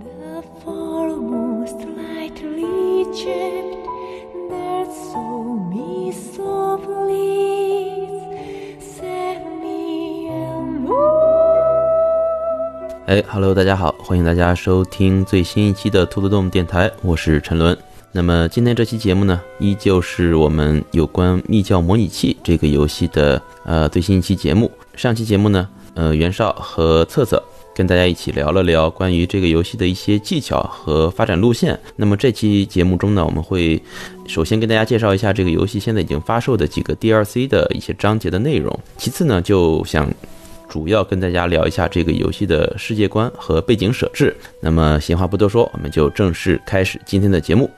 The foremost lightly chipped that saw me softly set me amour. 哎，Hello，大家好，欢迎大家收听最新一期的兔子洞电台，我是陈伦。那么今天这期节目呢，依旧是我们有关《密教模拟器》这个游戏的呃最新一期节目。上期节目呢，呃，袁绍和策策跟大家一起聊了聊关于这个游戏的一些技巧和发展路线。那么这期节目中呢，我们会首先跟大家介绍一下这个游戏现在已经发售的几个 DLC 的一些章节的内容。其次呢，就想主要跟大家聊一下这个游戏的世界观和背景设置。那么闲话不多说，我们就正式开始今天的节目。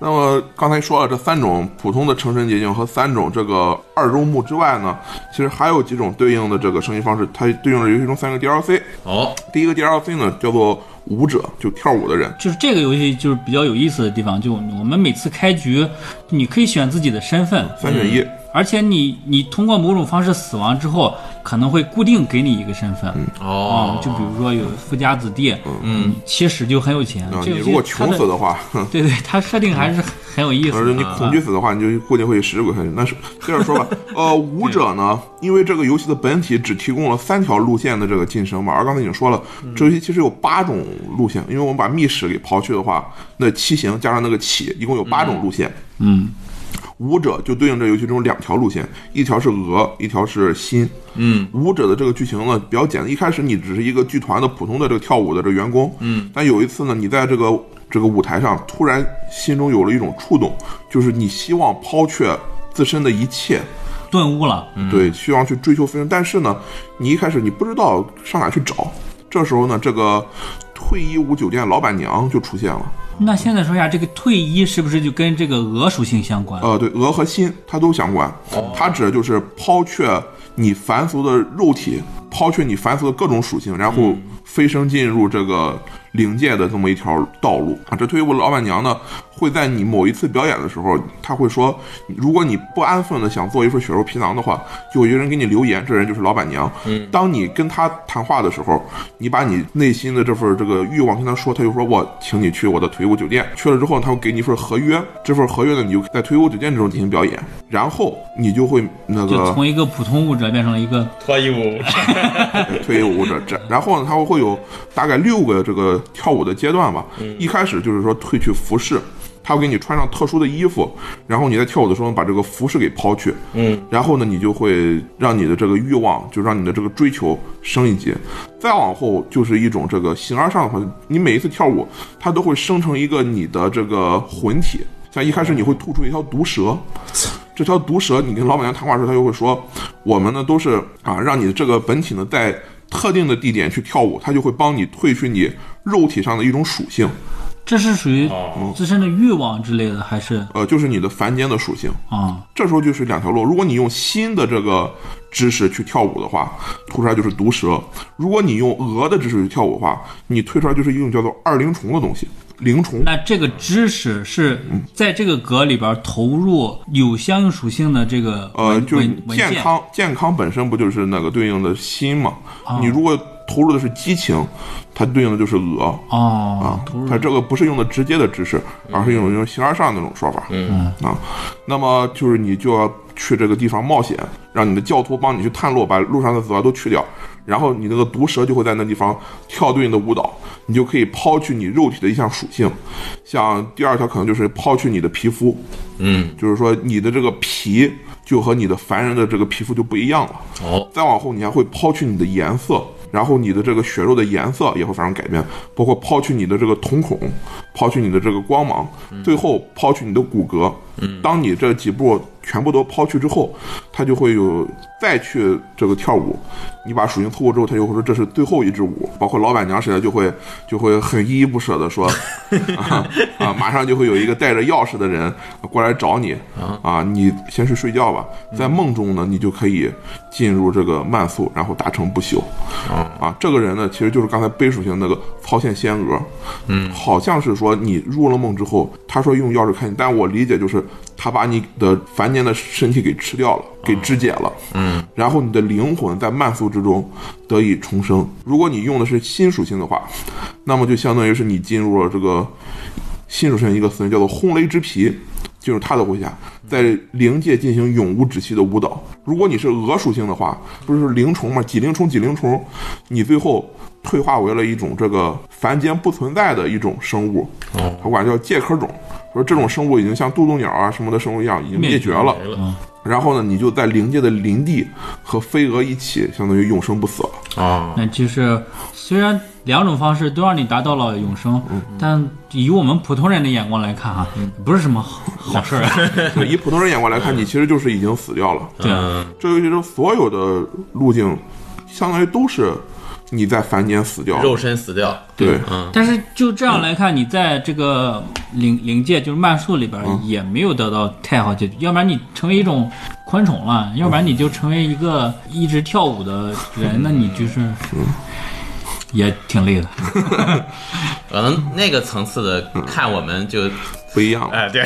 那么刚才说了这三种普通的成神捷径和三种这个二周目之外呢，其实还有几种对应的这个升级方式，它对应的游戏中三个 DLC。哦，第一个 DLC 呢叫做舞者，就跳舞的人。就是这个游戏就是比较有意思的地方，就我们每次开局，你可以选自己的身份，三选一，而且你你通过某种方式死亡之后，可能会固定给你一个身份。哦嗯，就比如说有富家子弟，嗯，其实就很有钱。啊，这你个游戏如果穷死它的，的话，哼，对对，它设定还是很有意思而的啊是。你恐惧死的话，你就固定会有十个下去。那是这样说 吧，呃，舞者呢，因为这个游戏的本体只提供了三条路线的这个晋升嘛，而刚才已经说了，这游戏其实有八种路线，因为我们把密室给刨去的话，那七行加上那个起，一共有八种路线。嗯，舞者就对应这游戏中两条路线，一条是鹅，一条是心。嗯，舞者的这个剧情呢比较简单，一开始你只是一个剧团的普通的这个跳舞的这个员工。嗯，但有一次呢，你在这个这个舞台上突然心中有了一种触动，就是你希望抛却自身的一切，顿悟了，对，希望去追求飞升。但是呢，你一开始你不知道上哪去找，这时候呢，这个退衣舞酒店老板娘就出现了。那现在说一下，这个退役是不是就跟这个鹅属性相关？呃，对，鹅和心它都相关，它指的就是抛却你凡俗的肉体，抛却你凡俗的各种属性，然后飞升进入这个灵界的这么一条道路啊。这退一步，老板娘呢会在你某一次表演的时候，她会说，如果你不安分的想做一份血肉皮囊的话，就有一个人给你留言，这人就是老板娘。嗯，当你跟她谈话的时候，你把你内心的这份这个欲望跟她说，她就说我请你去我的退伍酒店。去了之后，她会给你一份合约，这份合约呢，你就在退伍酒店这种进行表演，然后你就会那就个从一个普通舞者变成了一个脱衣舞，退伍者这，然后呢，它会有大概六个这个跳舞的阶段吧。一开始就是说褪去服饰，他会给你穿上特殊的衣服，然后你在跳舞的时候把这个服饰给抛去，嗯，然后呢，你就会让你的这个欲望，就让你的这个追求升一级。再往后就是一种这个形而上的话，你每一次跳舞，它都会生成一个你的这个魂体。像一开始你会吐出一条毒蛇，这条毒蛇，你跟老板娘谈话的时候，她就会说，我们呢都是啊，让你这个本体呢在特定的地点去跳舞，它就会帮你褪去你肉体上的一种属性，这是属于哦自身的欲望之类的，还是呃，就是你的凡间的属性。啊？这时候就是两条路，如果你用新的这个知识去跳舞的话，吐出来就是毒蛇；如果你用鹅的知识去跳舞的话，你退出来就是一种叫做二灵虫的东西，灵虫。那这个知识是在这个格里边投入有相应属性的这个文呃，就是文文健件康，健康本身不就是那个对应的心嘛？啊你如果投入的是激情，它对应的就是鹅。哦啊，投入，它这个不是用的直接的知识，而是用一种形而上的那种说法。嗯啊，那么就是你就要去这个地方冒险，让你的教徒帮你去探路，把路上的阻碍都去掉，然后你那个毒蛇就会在那地方跳对应的舞蹈，你就可以抛去你肉体的一项属性，像第二条可能就是抛去你的皮肤，嗯，就是说你的这个皮就和你的凡人的这个皮肤就不一样了。哦，再往后，你还会抛去你的颜色，然后你的这个血肉的颜色也会发生改变，包括抛去你的这个瞳孔，抛去你的这个光芒，最后抛去你的骨骼。当你这几步全部都抛去之后，它就会有再去这个跳舞。你把属性错过之后，它就会说这是最后一支舞。包括老板娘谁的就会就会很依依不舍的说啊 啊，马上就会有一个带着钥匙的人过来找你啊，你先去睡觉吧，在梦中呢，你就可以进入这个慢速，然后达成不朽。啊，这个人呢，其实就是刚才悲属性那个操线仙娥，嗯，好像是说你入了梦之后，他说用钥匙开你，但我理解就是他把你的凡间的身体给吃掉了，给肢解了，嗯，然后你的灵魂在慢速之中得以重生。如果你用的是新属性的话，那么就相当于是你进入了这个新属性一个词叫做轰雷之皮，进入他的麾下，在灵界进行永无止息的舞蹈。如果你是鹅属性的话，不是灵虫嘛，几灵虫几灵虫，你最后退化为了一种这个凡间不存在的一种生物，他管叫介壳种。说这种生物已经像渡渡鸟啊什么的生物一样已经灭绝了，然后呢，你就在灵界的林地和飞蛾一起，相当于永生不死了。啊，那就是虽然两种方式都让你达到了永生，嗯但以我们普通人的眼光来看啊，不是什么好好事儿啊。对以普通人眼光来看，你其实就是已经死掉了。对啊，嗯这游戏中所有的路径，相当于都是你在凡间死掉。肉身死掉，对，嗯，但是就这样来看，你在这个灵灵界，就是慢速里边嗯也没有得到太好结局，要不然你成为一种昆虫了，要不然你就成为一个一直跳舞的嗯人，那你就是也挺 累的。可能那个层次的看我们就，不一样了。哎，对，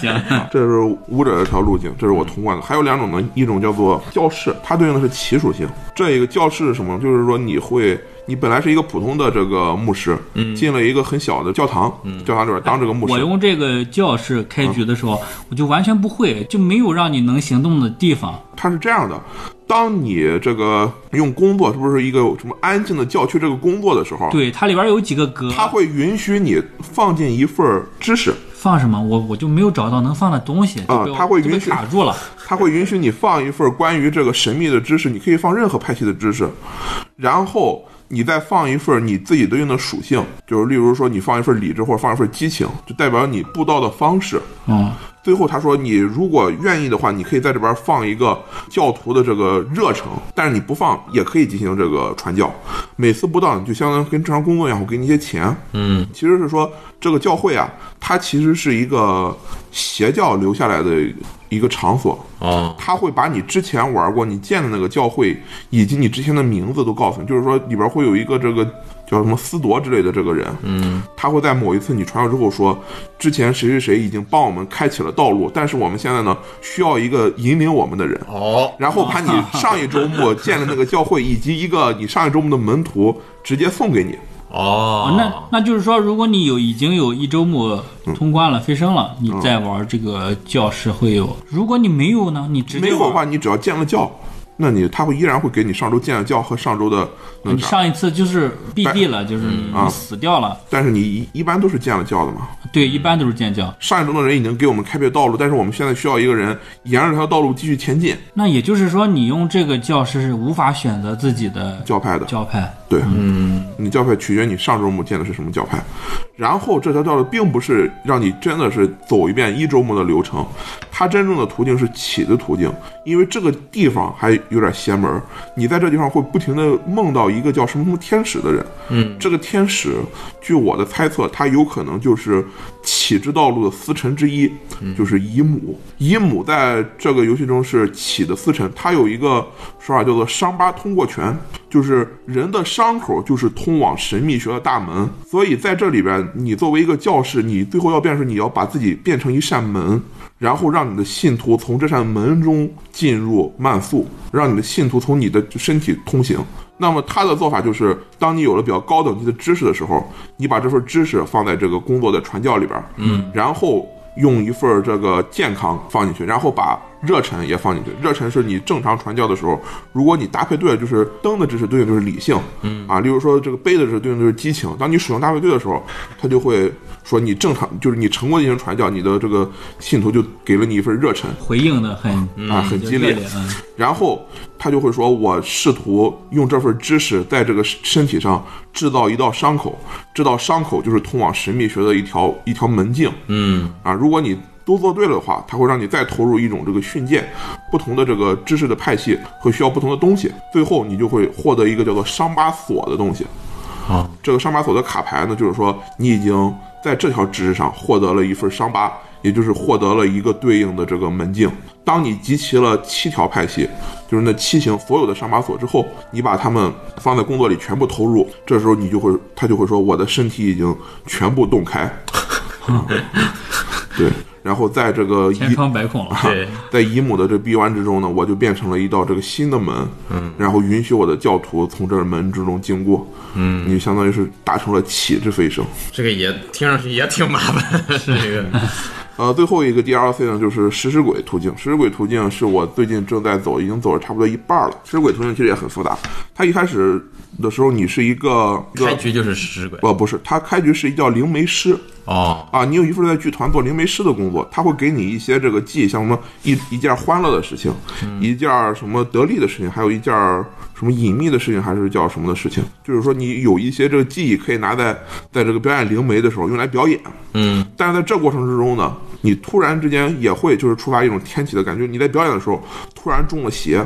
行，这是舞者这条路径，这是我通关的。还有两种呢，一种叫做教室，它对应的是奇属性。这一个教室是什么？就是说你会，你本来是一个普通的这个牧师，进了一个很小的教堂，教堂里边当这个牧师。哎我用这个教室开局的时嗯候，我就完全不会，就没有让你能行动的地方。它是这样的：当你这个用工作，是不是一个什么安静的教区这个工作的时候，对，它里边有几个格，它会允许你放进一份儿知识，放什么，我我就没有找到能放的东西，就啊被我它会就被允许卡住了。它会允许你放一份关于这个神秘的知识，你可以放任何派系的知识，然后你再放一份你自己对应的属性，就是例如说你放一份理智或者放一份激情，就代表你布道的方式。嗯，最后他说，你如果愿意的话，你可以在这边放一个教徒的这个热诚，但是你不放也可以进行这个传教。每次布道你就相当于跟正常工作一样，我给你一些钱。嗯，其实是说这个教会啊，它其实是一个邪教留下来的一个场所。 哦，他会把你之前玩过、你建的那个教会以及你之前的名字都告诉你，就是说里边会有一个这个叫什么思铎之类的这个人，嗯，他会在某一次你传教之后说，之前谁谁谁已经帮我们开启了道路，但是我们现在呢需要一个引领我们的人。哦，然后把你上一周末建的那个教会，以及一个你上一周末的门徒，直接送给你。哦，啊那那就是说，如果你有已经有一周目嗯通关了、飞升了，你再玩这个教室会有；如果你没有呢，你直没接有的话，玩。你只要建了教，那你他会依然会给你上周建的教和上周的那你个啥，上一次就是闭地了，就是嗯啊你死掉了。但是你一一般都是建了教的嘛。对，一般都是建教。上一周的人已经给我们开辟道路，但是我们现在需要一个人沿着这条道路继续前进。那也就是说，你用这个教室是无法选择自己的教派的，教派。对，嗯，你教派取决你上周目建的是什么教派，然后这条道路并不是让你真的是走一遍一周目的流程，它真正的途径是起的途径，因为这个地方还有点邪门儿，你在这地方会不停的梦到一个叫什么什么天使的人，嗯，这个天使，据我的猜测，他有可能就是启之道路的司辰之一，就是姨母。姨母在这个游戏中是启的司辰，它有一个说法叫做伤疤通过权，就是人的伤口就是通往神秘学的大门。所以在这里边，你作为一个教士，你最后要变是你要把自己变成一扇门。然后让你的信徒从这扇门中进入慢速，让你的信徒从你的身体通行。那么他的做法就是，当你有了比较高等级的知识的时候，你把这份知识放在这个工作的传教里边，嗯，然后用一份这个健康放进去，然后把热忱也放进去。热忱是你正常传教的时候，如果你搭配对了，就是灯的知识对应就是理性，嗯啊，例如说这个杯的知识对应就是激情。当你使用搭配对的时候，它就会说你正常就是你成功进行传教，你的这个信徒就给了你一份热忱，回应的很啊很激烈嗯，然后他就会说：“我试图用这份知识在这个身体上制造一道伤口，这道伤口就是通往神秘学的一条一条门径。”嗯，啊，如果你都做对了的话，它会让你再投入一种这个训诫，不同的这个知识的派系会需要不同的东西，最后你就会获得一个叫做伤疤锁的东西。啊，这个伤疤锁的卡牌呢，就是说你已经在这条知识上获得了一份伤疤，也就是获得了一个对应的这个门径。当你集齐了七条派系，就是那七型所有的伤疤锁之后，你把它们放在工作里全部投入，这时候 你就会，他就会说我的身体已经全部洞开，啊对，然后在这个千一疮百孔了。对，在姨母的这臂弯之中呢，我就变成了一道这个新的门，嗯，然后允许我的教徒从这门之中经过，嗯，你相当于是达成了启智飞升。这个也听上去也挺麻烦，是这个，呃，最后一个 DLC 呢，就是食尸鬼途径。食尸鬼途径是我最近正在走，已经走了差不多一半了。食尸鬼途径其实也很复杂，它一开始的时候你是一个一个开局就是食尸鬼呃不是，它开局是一叫灵媒师，哦，啊，你有一份在剧团做灵媒师的工作，他会给你一些这个记忆，像什么一一件欢乐的事情，一件什么得力的事情，还有一件什么隐秘的事情，还是叫什么的事情，就是说你有一些这个记忆可以拿在在这个表演灵媒的时候用来表演，嗯，但是在这过程之中呢，你突然之间也会就是触发一种天启的感觉，你在表演的时候突然中了邪，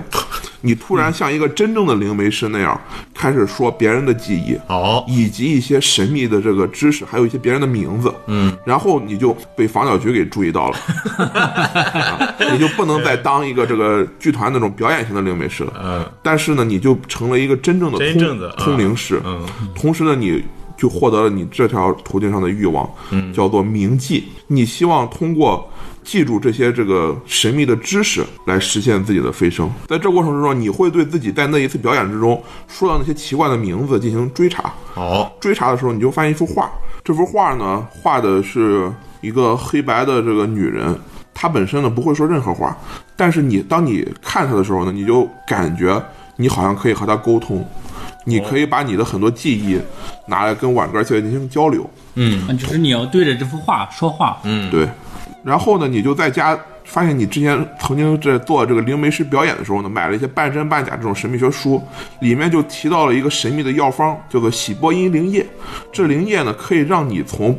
你突然像一个真正的灵媒师那样开始说别人的记忆，好，以及一些神秘的这个知识，还有一些别人的名字，嗯，然后你就被防小局给注意 到了，啊、你就不能再当一个这个剧团那种表演型的灵媒师了，嗯，但是呢，你就成了一个真正的通真正的啊通灵师，嗯，同时呢，你就获得了你这条途径上的欲望，嗯，叫做铭记，你希望通过。记住这些这个神秘的知识，来实现自己的飞升。在这过程之中，你会对自己在那一次表演之中说到那些奇怪的名字进行追查，好，追查的时候，你就发现一幅画。这幅画呢，画的是一个黑白的这个女人，她本身呢不会说任何话，但是你当你看她的时候呢，你就感觉你好像可以和她沟通，你可以把你的很多记忆拿来跟婉哥去进行交流。嗯，就是你要对着这幅画说话，对，然后呢，你就在家发现你之前曾经这做这个灵媒师表演的时候呢，买了一些半真半假这种神秘学书，里面就提到了一个神秘的药方，叫做喜波因灵液。这灵液呢，可以让你从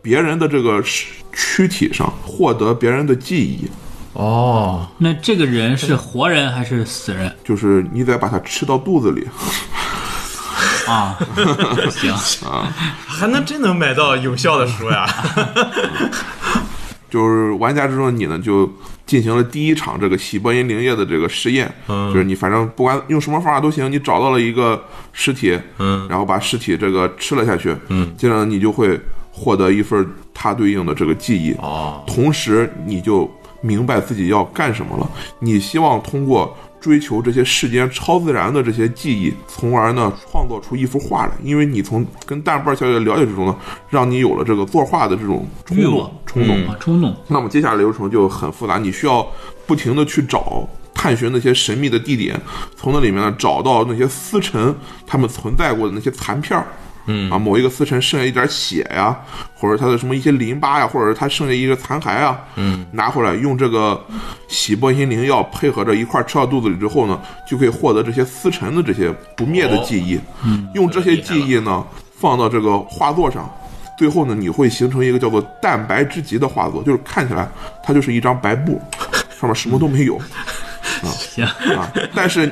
别人的这个躯体上获得别人的记忆，哦，那这个人是活人还是死人就是你得把它吃到肚子里。 啊？行，还能真能买到有效的书呀？就是玩家之中的你呢，就进行了第一场这个喜波因灵液的这个试验，嗯就是你反正不管用什么方法都行，你找到了一个尸体，嗯然后把尸体这个吃了下去，嗯，这样你就会获得一份它对应的这个记忆，哦，同时你就明白自己要干什么了。你希望通过追求这些世间超自然的这些记忆，从而呢创作出一幅画来。因为你从跟蛋瓣小姐的了解之中呢，让你有了这个作画的这种冲欲动望，冲动。啊，冲动，那么接下来流程就很复杂，你需要不停的去找。探寻那些神秘的地点，从那里面呢找到那些司尘他们存在过的那些残片儿，嗯啊，某一个司尘剩下一点血呀、或者他的什么一些淋巴呀，或者是他剩下一个残骸啊，嗯，拿回来用这个喜波因灵药配合着一块儿吃到肚子里之后呢，就可以获得这些司尘的这些不灭的记忆，嗯，用这些记忆呢放到这个画作上，最后呢，你会形成一个叫做蛋白之极的画作，就是看起来它就是一张白布，上面什么都没有行，啊，但是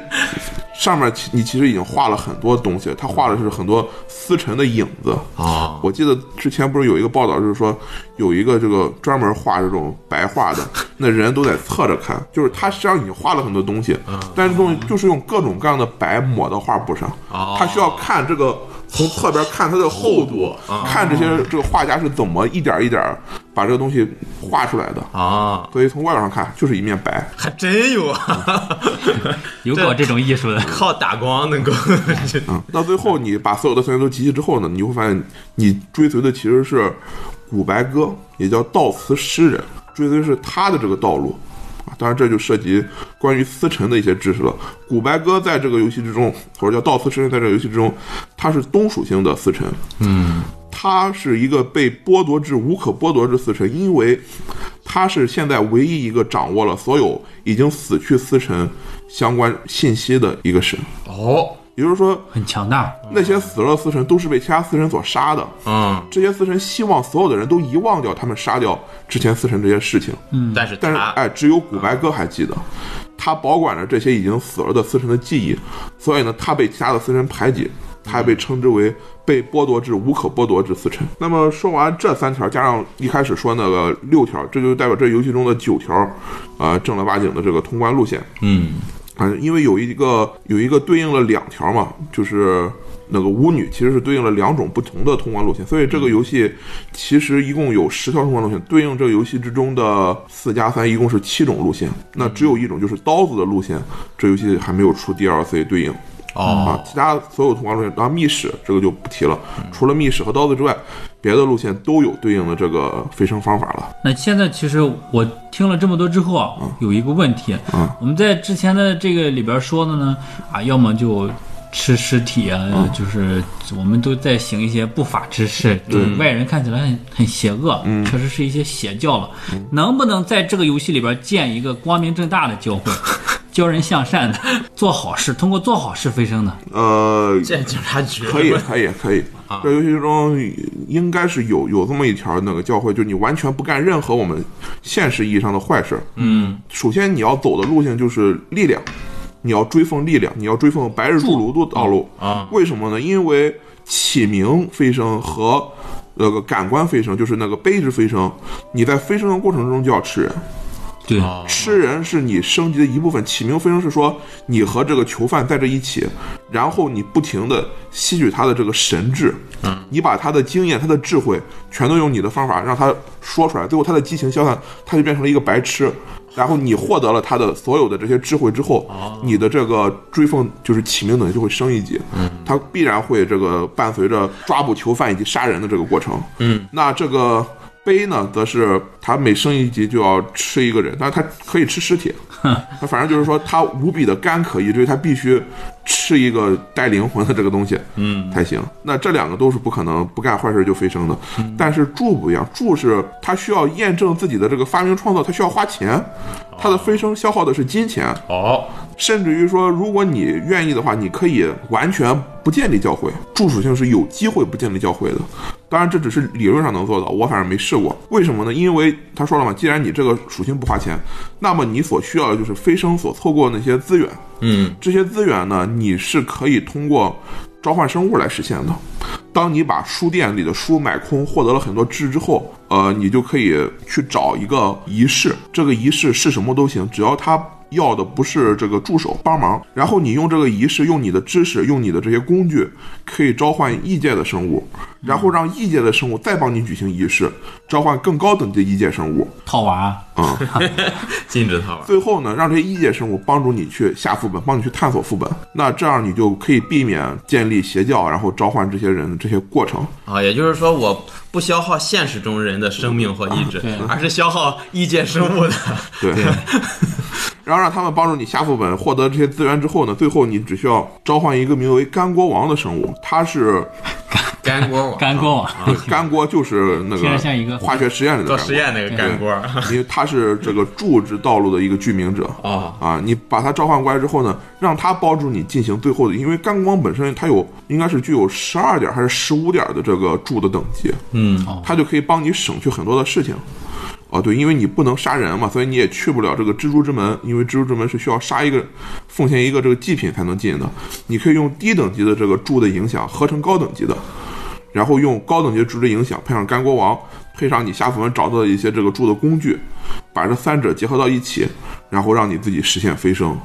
上面其你其实已经画了很多东西，它画的是很多丝尘的影子。哦，我记得之前不是有一个报道，就是说有一个这个专门画这种白画 的，那人都得侧着看，就是他实际上已经画了很多东西，但是东西就是用各种各样的白抹到画布上，哦他需要看这个从侧边看它的厚度，厚度嗯啊看这些这个画家是怎么一点一点把这个东西画出来的。啊，所以从外表上看就是一面白，还真有啊，有搞这种艺术 的，嗯靠打光能够，这嗯，到最后你把所有的资源都集齐之后呢，你会发现你追随的其实是古白鸽，也叫悼词诗人，追随是他的这个道路。啊当然，这就涉及关于司晨的一些知识了。古白鸽在这个游戏之中，或者叫悼词诗人，在这个游戏之中，他是东属性的司晨，他是一个被剥夺至无可剥夺之死神，因为他是现在唯一一个掌握了所有已经死去死神相关信息的一个神。哦，也就是说，很强大，那些死了的死神都是被其他死神所杀的。 嗯，这些死神希望所有的人都遗忘掉他们杀掉之前死神这些事情，嗯但是但是啊他哎，只有古白哥还记得，他保管着这些已经死了的死神的记忆，所以呢，他被其他的死神排挤，他被称之为被剥夺至无可剥夺之死神。那么说完这三条，加上一开始说那个啊六条，这就代表这游戏中的九条，呃，正儿八经的这个通关路线。嗯，反正因为有一个有一个对应了两条嘛，就是那个巫女其实是对应了两种不同的通关路线，所以这个游戏其实一共有十条通关路线，对应这个游戏之中的四加三，一共是七种路线。那只有一种就是刀子的路线，这游戏还没有出 DLC 对应。啊哦，，其他所有通关路线，然后密室这个就不提了，除了密室和刀子之外，别的路线都有对应的这个飞升方法了。那现在其实我听了这么多之后啊，有一个问题，嗯我们在之前的这个里边说的呢，啊，要么就吃尸体啊，就是我们都在行一些不法之事，就是外人看起来很很邪恶，确实是一些邪教了。能不能在这个游戏里边建一个光明正大的教会，教人向善的，做好事，通过做好事飞升的？呃，见警察局可以，可以，可以。啊这游戏中应该是有有这么一条那个教会，就是你完全不干任何我们现实意义上的坏事。嗯，首先你要走的路线就是力量，你要追奉力量，你要追奉白日筑炉的道路啊为什么呢？因为启明飞升和那个感官飞升，就是那个杯之飞升，你在飞升的过程中就要吃人。对，哦吃人是你升级的一部分，起名飞升是说你和这个囚犯在这一起，然后你不停的吸取他的这个神智，嗯，你把他的经验、他的智慧全都用你的方法让他说出来，最后他的激情消散，他就变成了一个白痴。然后你获得了他的所有的这些智慧之后，你的这个追风就是起名等级就会升一级，嗯，它必然会这个伴随着抓捕囚犯以及杀人的这个过程，嗯，那这个杯呢，则是他每升一级就要吃一个人，但是他可以吃尸 体。他反正就是说他无比的干渴，以至于他必须吃一个带灵魂的这个东西，嗯，才行。那这两个都是不可能不干坏事就飞升的。但是柱不一样，柱是他需要验证自己的这个发明创造，他需要花钱，他的飞升消耗的是金钱。 哦，甚至于说，如果你愿意的话，你可以完全不建立教会，助属性是有机会不建立教会的。当然，这只是理论上能做到，我反正没试过。为什么呢？因为他说了嘛，既然你这个属性不花钱，那么你所需要的就是飞升所错过的那些资源。嗯，这些资源呢，你是可以通过召唤生物来实现的。当你把书店里的书买空，获得了很多知识之后，呃，你就可以去找一个仪式，这个仪式是什么都行，只要他要的不是这个助手帮忙，然后你用这个仪式，用你的知识，用你的这些工具，可以召唤异界的生物，然后让异界的生物再帮你举行仪式，召唤更高等级的异界生物，套娃，啊、禁止他玩。最后呢，让这些异界生物帮助你去下副本，帮你去探索副本。那这样你就可以避免建立邪教，然后召唤这些人的这些过程。啊，也就是说，我不消耗现实中人的生命或意志对，而是消耗异界生物的。啊对， 然后让他们帮助你下副本，获得这些资源之后呢，最后你只需要召唤一个名为干锅王的生物，它是呃干锅王干锅网，干锅，就是那听着像一个个化学实验里的做干锅实验那个干锅儿，因为他是这个柱之道路的一个居民者哦啊，你把他召唤过来之后呢，让他帮助你进行最后的，因为干光本身它有应该是具有十二点还是十五点的这个柱的等级，嗯，它就可以帮你省去很多的事情。哦，对，因为你不能杀人嘛，所以你也去不了这个蜘蛛之门，因为蜘蛛之门是需要杀一个，奉献一个这个祭品才能进的。你可以用低等级的这个柱的影响合成高等级的，然后用高等级的柱的影响配上干锅王，配上你下符文找到的一些这个柱的工具，把这三者结合到一起，然后让你自己实现飞升。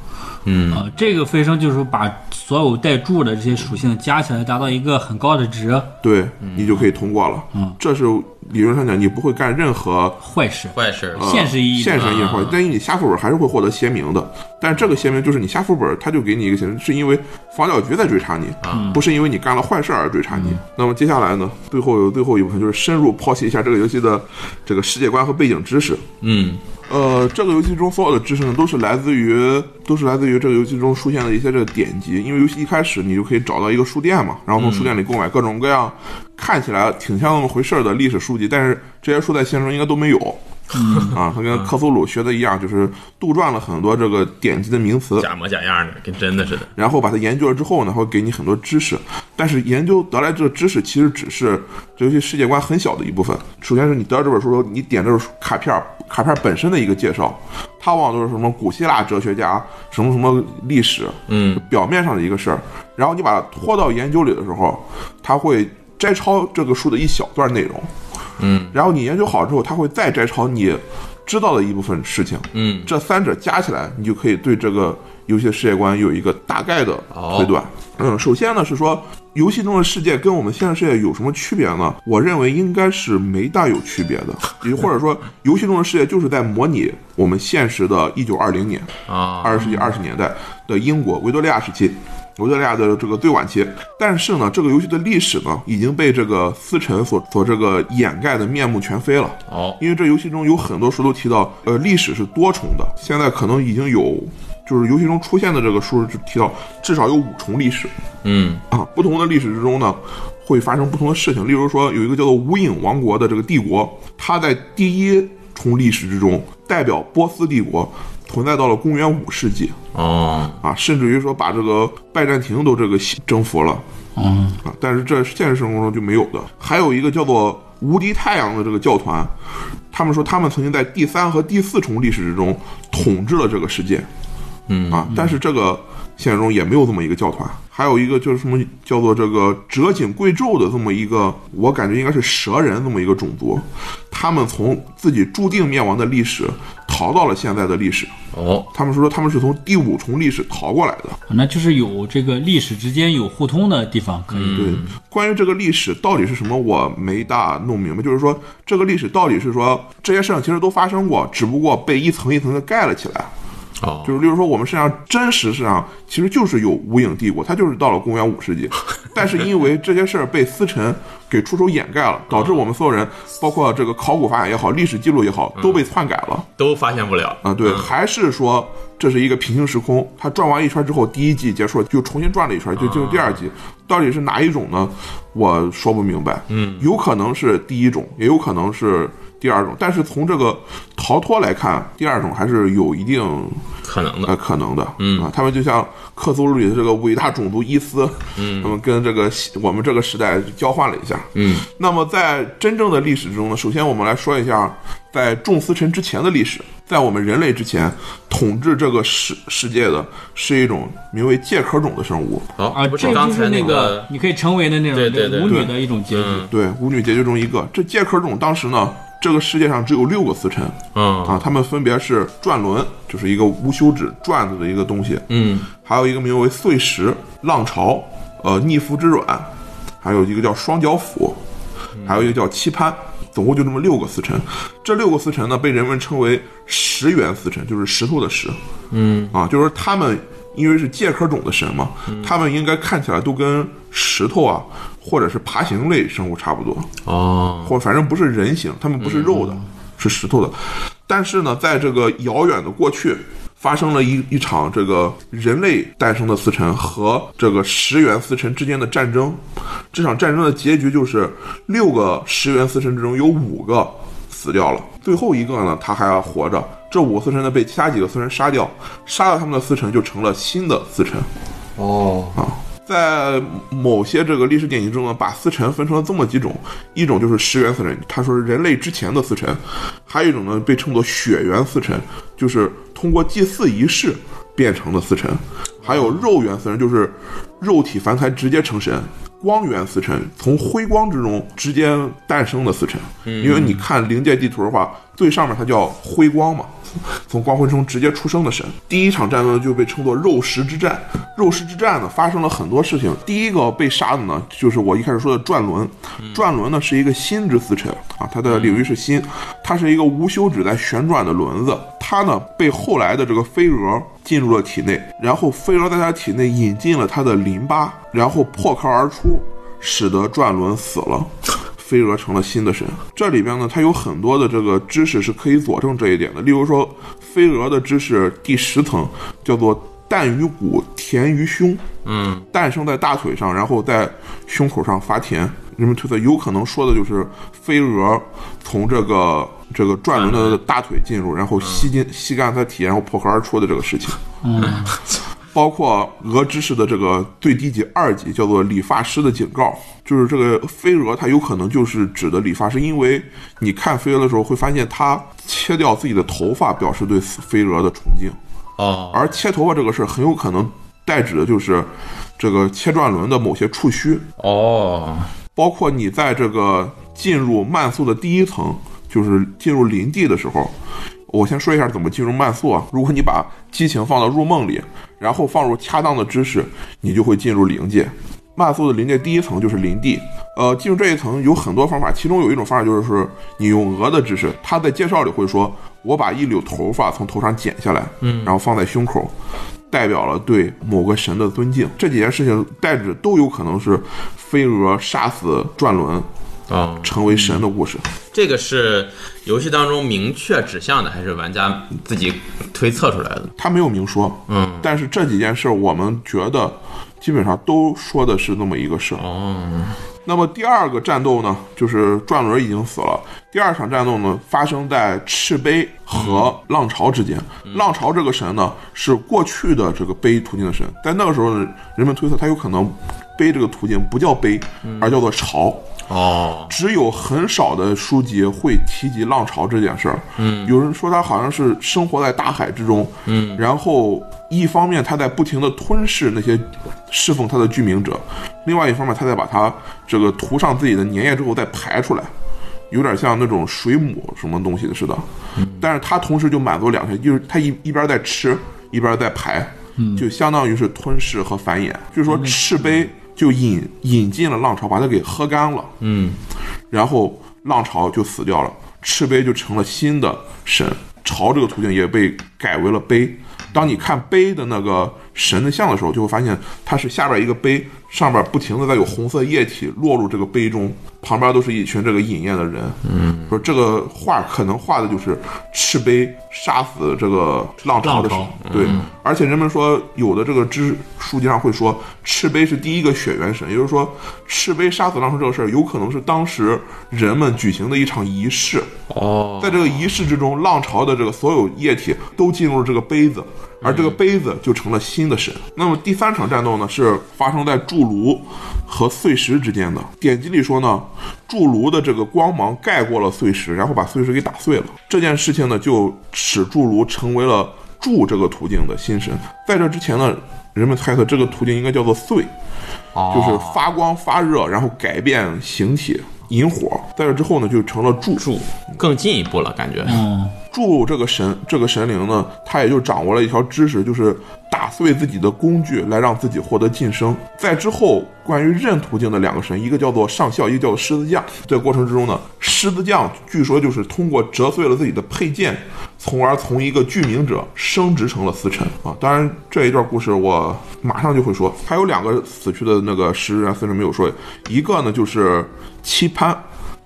嗯呃，这个飞升就是说把所有带柱的这些属性加起来，达到一个很高的值。对你就可以通过了，这是理论上讲，你不会干任何坏事，坏事儿。啊现实意义的现实意义会，但是你下副本还是会获得邪名的。但是这个邪名就是你下副本，他就给你一个邪名，是因为防剿局在追查你，不是因为你干了坏事而追查你。那么接下来呢，最后最后一部分就是深入剖析一下这个游戏的这个世界观和背景知识。嗯，呃，这个游戏中所有的知识呢，都是来自于都是来自于这个游戏中出现的一些这个典籍。因为游戏一开始你就可以找到一个书店嘛，然后从书店里购买各种各样、看起来挺像那么回事儿的历史书籍，但是这些书在现实中应该都没有。 啊，它跟克苏鲁学的一样，就是杜撰了很多这个典籍的名词，假模假样的，跟真的似的。然后把它研究了之后呢，会给你很多知识，但是研究得来这个知识其实只是这游戏世界观很小的一部分。首先是你得到这本书，后，你点这本书卡片儿，卡片儿本身的一个介绍，它往往都是什么古希腊哲学家，什么什么历史，嗯，表面上的一个事儿，然后你把它拖到研究里的时候，它会摘抄这个书的一小段内容，嗯，然后你研究好之后，它会再摘抄你知道的一部分事情，嗯，这三者加起来，你就可以对这个游戏的世界观有一个大概的推断。嗯，首先呢是说游戏中的世界跟我们现实世界有什么区别呢？我认为应该是没大有区别的，也或者说游戏中的世界就是在模拟我们现实的1920年、啊，二十世纪二十年代的英国维多利亚时期，维多利亚的这个最晚期。但是呢，这个游戏的历史呢，已经被这个思辰所所这个掩盖的面目全非了。哦，因为这游戏中有很多书都提到，呃，历史是多重的，现在可能已经有。就是游戏中出现的这个书就提到，至少有五重历史嗯，啊。不同的历史之中呢，会发生不同的事情。例如说，有一个叫做无影王国的这个帝国，它在第一重历史之中，代表波斯帝国存在到了公元五世纪。哦，啊，甚至于说把这个拜占庭都这个征服了嗯，啊，但是这现实生活中就没有的。还有一个叫做无敌太阳的这个教团，他们说他们曾经在第三和第四重历史之中统治了这个世界，嗯啊，但是这个现实中也没有这么一个教团。还有一个就是什么叫做这个折颈贵胄的这么一个，我感觉应该是蛇人这么一个种族，他们从自己注定灭亡的历史逃到了现在的历史。哦，他们说他们是从第五重历史逃过来的，反正就是有这个历史之间有互通的地方，可嗯以。对，关于这个历史到底是什么，我没大弄明白。就是说，这个历史到底是说这些事情其实都发生过，只不过被一层一层的盖了起来。哦，就是例如说，我们身上真实身上其实就是有无影帝国，它就是到了公元五世纪，但是因为这些事儿被思辰给出手掩盖了，导致我们所有人，包括这个考古发现也好，历史记录也好，都被篡改了。都发现不了啊，对，还是说这是一个平行时空？它转完一圈之后，第一季结束了，就重新转了一圈，就进入第二季，到底是哪一种呢？我说不明白。嗯，有可能是第一种，也有可能是第二种，但是从这个逃脱来看，第二种还是有一定可能的呃可能的。嗯啊，他们就像克苏鲁里的这个伟大种族伊斯， 嗯，他们跟这个我们这个时代交换了一下。嗯，那么在真正的历史之中呢，首先我们来说一下，在众思臣之前的历史，在我们人类之前，统治这个世世界的是一种名为介壳种的生物。哦，啊，不这是刚就才是那个你可以成为的那种对对对母女的一种结局。嗯对，舞女结局中一个。这介壳种当时呢，这个世界上只有六个司辰嗯啊，他们分别是转轮，就是一个无休止转子的一个东西，嗯还有一个名为碎石、浪潮、呃逆服之卵，还有一个叫双脚斧，还有一个叫期盼，总共就这么六个司辰。这六个司辰呢，被人们称为石原司辰，就是石头的石。嗯，啊，就是说他们因为是介壳种的神嘛，他们应该看起来都跟石头啊，或者是爬行类生物差不多。哦，或反正不是人形，他们不是肉的，是石头的。但是呢，在这个遥远的过去，发生了一一场这个人类诞生的司辰和这个石原司辰之间的战争。这场战争的结局就是六个石原司辰之中有五个死掉了，最后一个呢他还活着。这五个司辰呢被其他几个司辰杀掉，杀了他们的司辰就成了新的司辰。哦，在某些这个历史典籍中呢，把司辰分成了这么几种，一种就是石原司辰，他说是人类之前的司辰，还有一种呢被称作血缘司辰，就是通过祭祀仪式变成的司辰，还有肉圆司辰，就是肉体凡胎直接成神。光源司辰从辉光之中直接诞生的司辰，因为你看灵界地图的话，最上面它叫辉光嘛，从光辉中直接出生的神。第一场战斗就被称作肉食之战。肉食之战呢，发生了很多事情。第一个被杀的呢，就是我一开始说的转轮。转轮呢是一个心之司辰啊，它的领域是心，它是一个无休止在旋转的轮子。它呢被后来的这个飞蛾进入了体内，然后飞蛾在它体内引进了它的淋巴，然后破壳而出，使得转轮死了。飞蛾成了新的神。这里边呢，它有很多的这个知识是可以佐证这一点的。例如说，飞蛾的知识第十层叫做“蛋于骨，甜于胸”，嗯，诞生在大腿上，然后在胸口上发甜。人们推测，有可能说的就是飞蛾从这个这个转轮的大腿进入，然后吸进吸干它体，然后破壳而出的这个事情。嗯，包括俄知识的这个最低级二级叫做理发师的警告，就是这个飞蛾它有可能就是指的理发师，因为你看飞蛾的时候会发现它切掉自己的头发，表示对飞蛾的崇敬，哦，而切头发这个事儿很有可能代指的就是这个切转轮的某些触须，哦，包括你在这个进入慢速的第一层，就是进入林地的时候，我先说一下怎么进入慢速啊。如果你把激情放到入梦里，然后放入恰当的知识，你就会进入灵界。慢速的临界第一层就是林地，呃，进入这一层有很多方法，其中有一种方法就是你用鹅的知识，它在介绍里会说，我把一绺头发从头上剪下来，嗯，然后放在胸口，代表了对某个神的尊敬。这几件事情代指都有可能是飞蛾杀死转轮啊，成为神的故事。这个是游戏当中明确指向的，还是玩家自己推测出来的？他没有明说，嗯，但是这几件事儿我们觉得基本上都说的是这么一个事儿。哦，那么第二个战斗呢，就是转轮已经死了。第二场战斗呢，发生在赤碑和浪潮之间。嗯浪潮这个神呢，是过去的这个碑途径的神，在那个时候呢，人们推测他有可能碑这个途径不叫碑，嗯而叫做潮。哦，只有很少的书籍会提及浪潮这件事儿。嗯，有人说他好像是生活在大海之中。嗯，然后一方面他在不停的吞噬那些侍奉他的居民者，另外一方面他在把他这个涂上自己的粘液之后再排出来。有点像那种水母什么东西似的，但是他同时就满足两项，就是他一一边在吃，一边在排，就相当于是吞噬和繁衍。据说赤杯就引引进了浪潮，把它给喝干了。嗯，然后浪潮就死掉了，赤碑就成了新的神，潮这个途径也被改为了碑。当你看碑的那个神的像的时候，就会发现它是下边一个碑，上边不停的在有红色液体落入这个碑中，旁边都是一群这个饮宴的人。嗯，说这个画可能画的就是赤碑杀死这个浪潮的时候浪潮对，而且人们说有的这个知识书籍上会说赤碑是第一个血缘神，也就是说赤碑杀死浪潮这个事儿，有可能是当时人们举行的一场仪式。哦，在这个仪式之中，浪潮的这个所有液体都进入了这个杯子，而这个杯子就成了新的神。那么第三场战斗呢，是发生在铸炉和碎石之间的。典籍里说呢，铸炉的这个光芒盖过了碎石，然后把碎石给打碎了。这件事情呢，就使铸炉成为了铸这个途径的新神。在这之前呢，人们猜测这个途径应该叫做碎，就是发光发热，然后改变形体。引火，在这之后呢，就成了铸。住更进一步了，感觉。嗯，柱这个神这个神灵呢，他也就掌握了一条知识，就是打碎自己的工具来让自己获得晋升。在之后关于任途径的两个神，一个叫做上校，一个叫做狮子将。这个过程之中呢，狮子将据说就是通过折碎了自己的配件，从而从一个具名者升职成了司臣啊。当然这一段故事我马上就会说，还有两个死去的那个石人司啊臣没有说，一个呢就是期盼。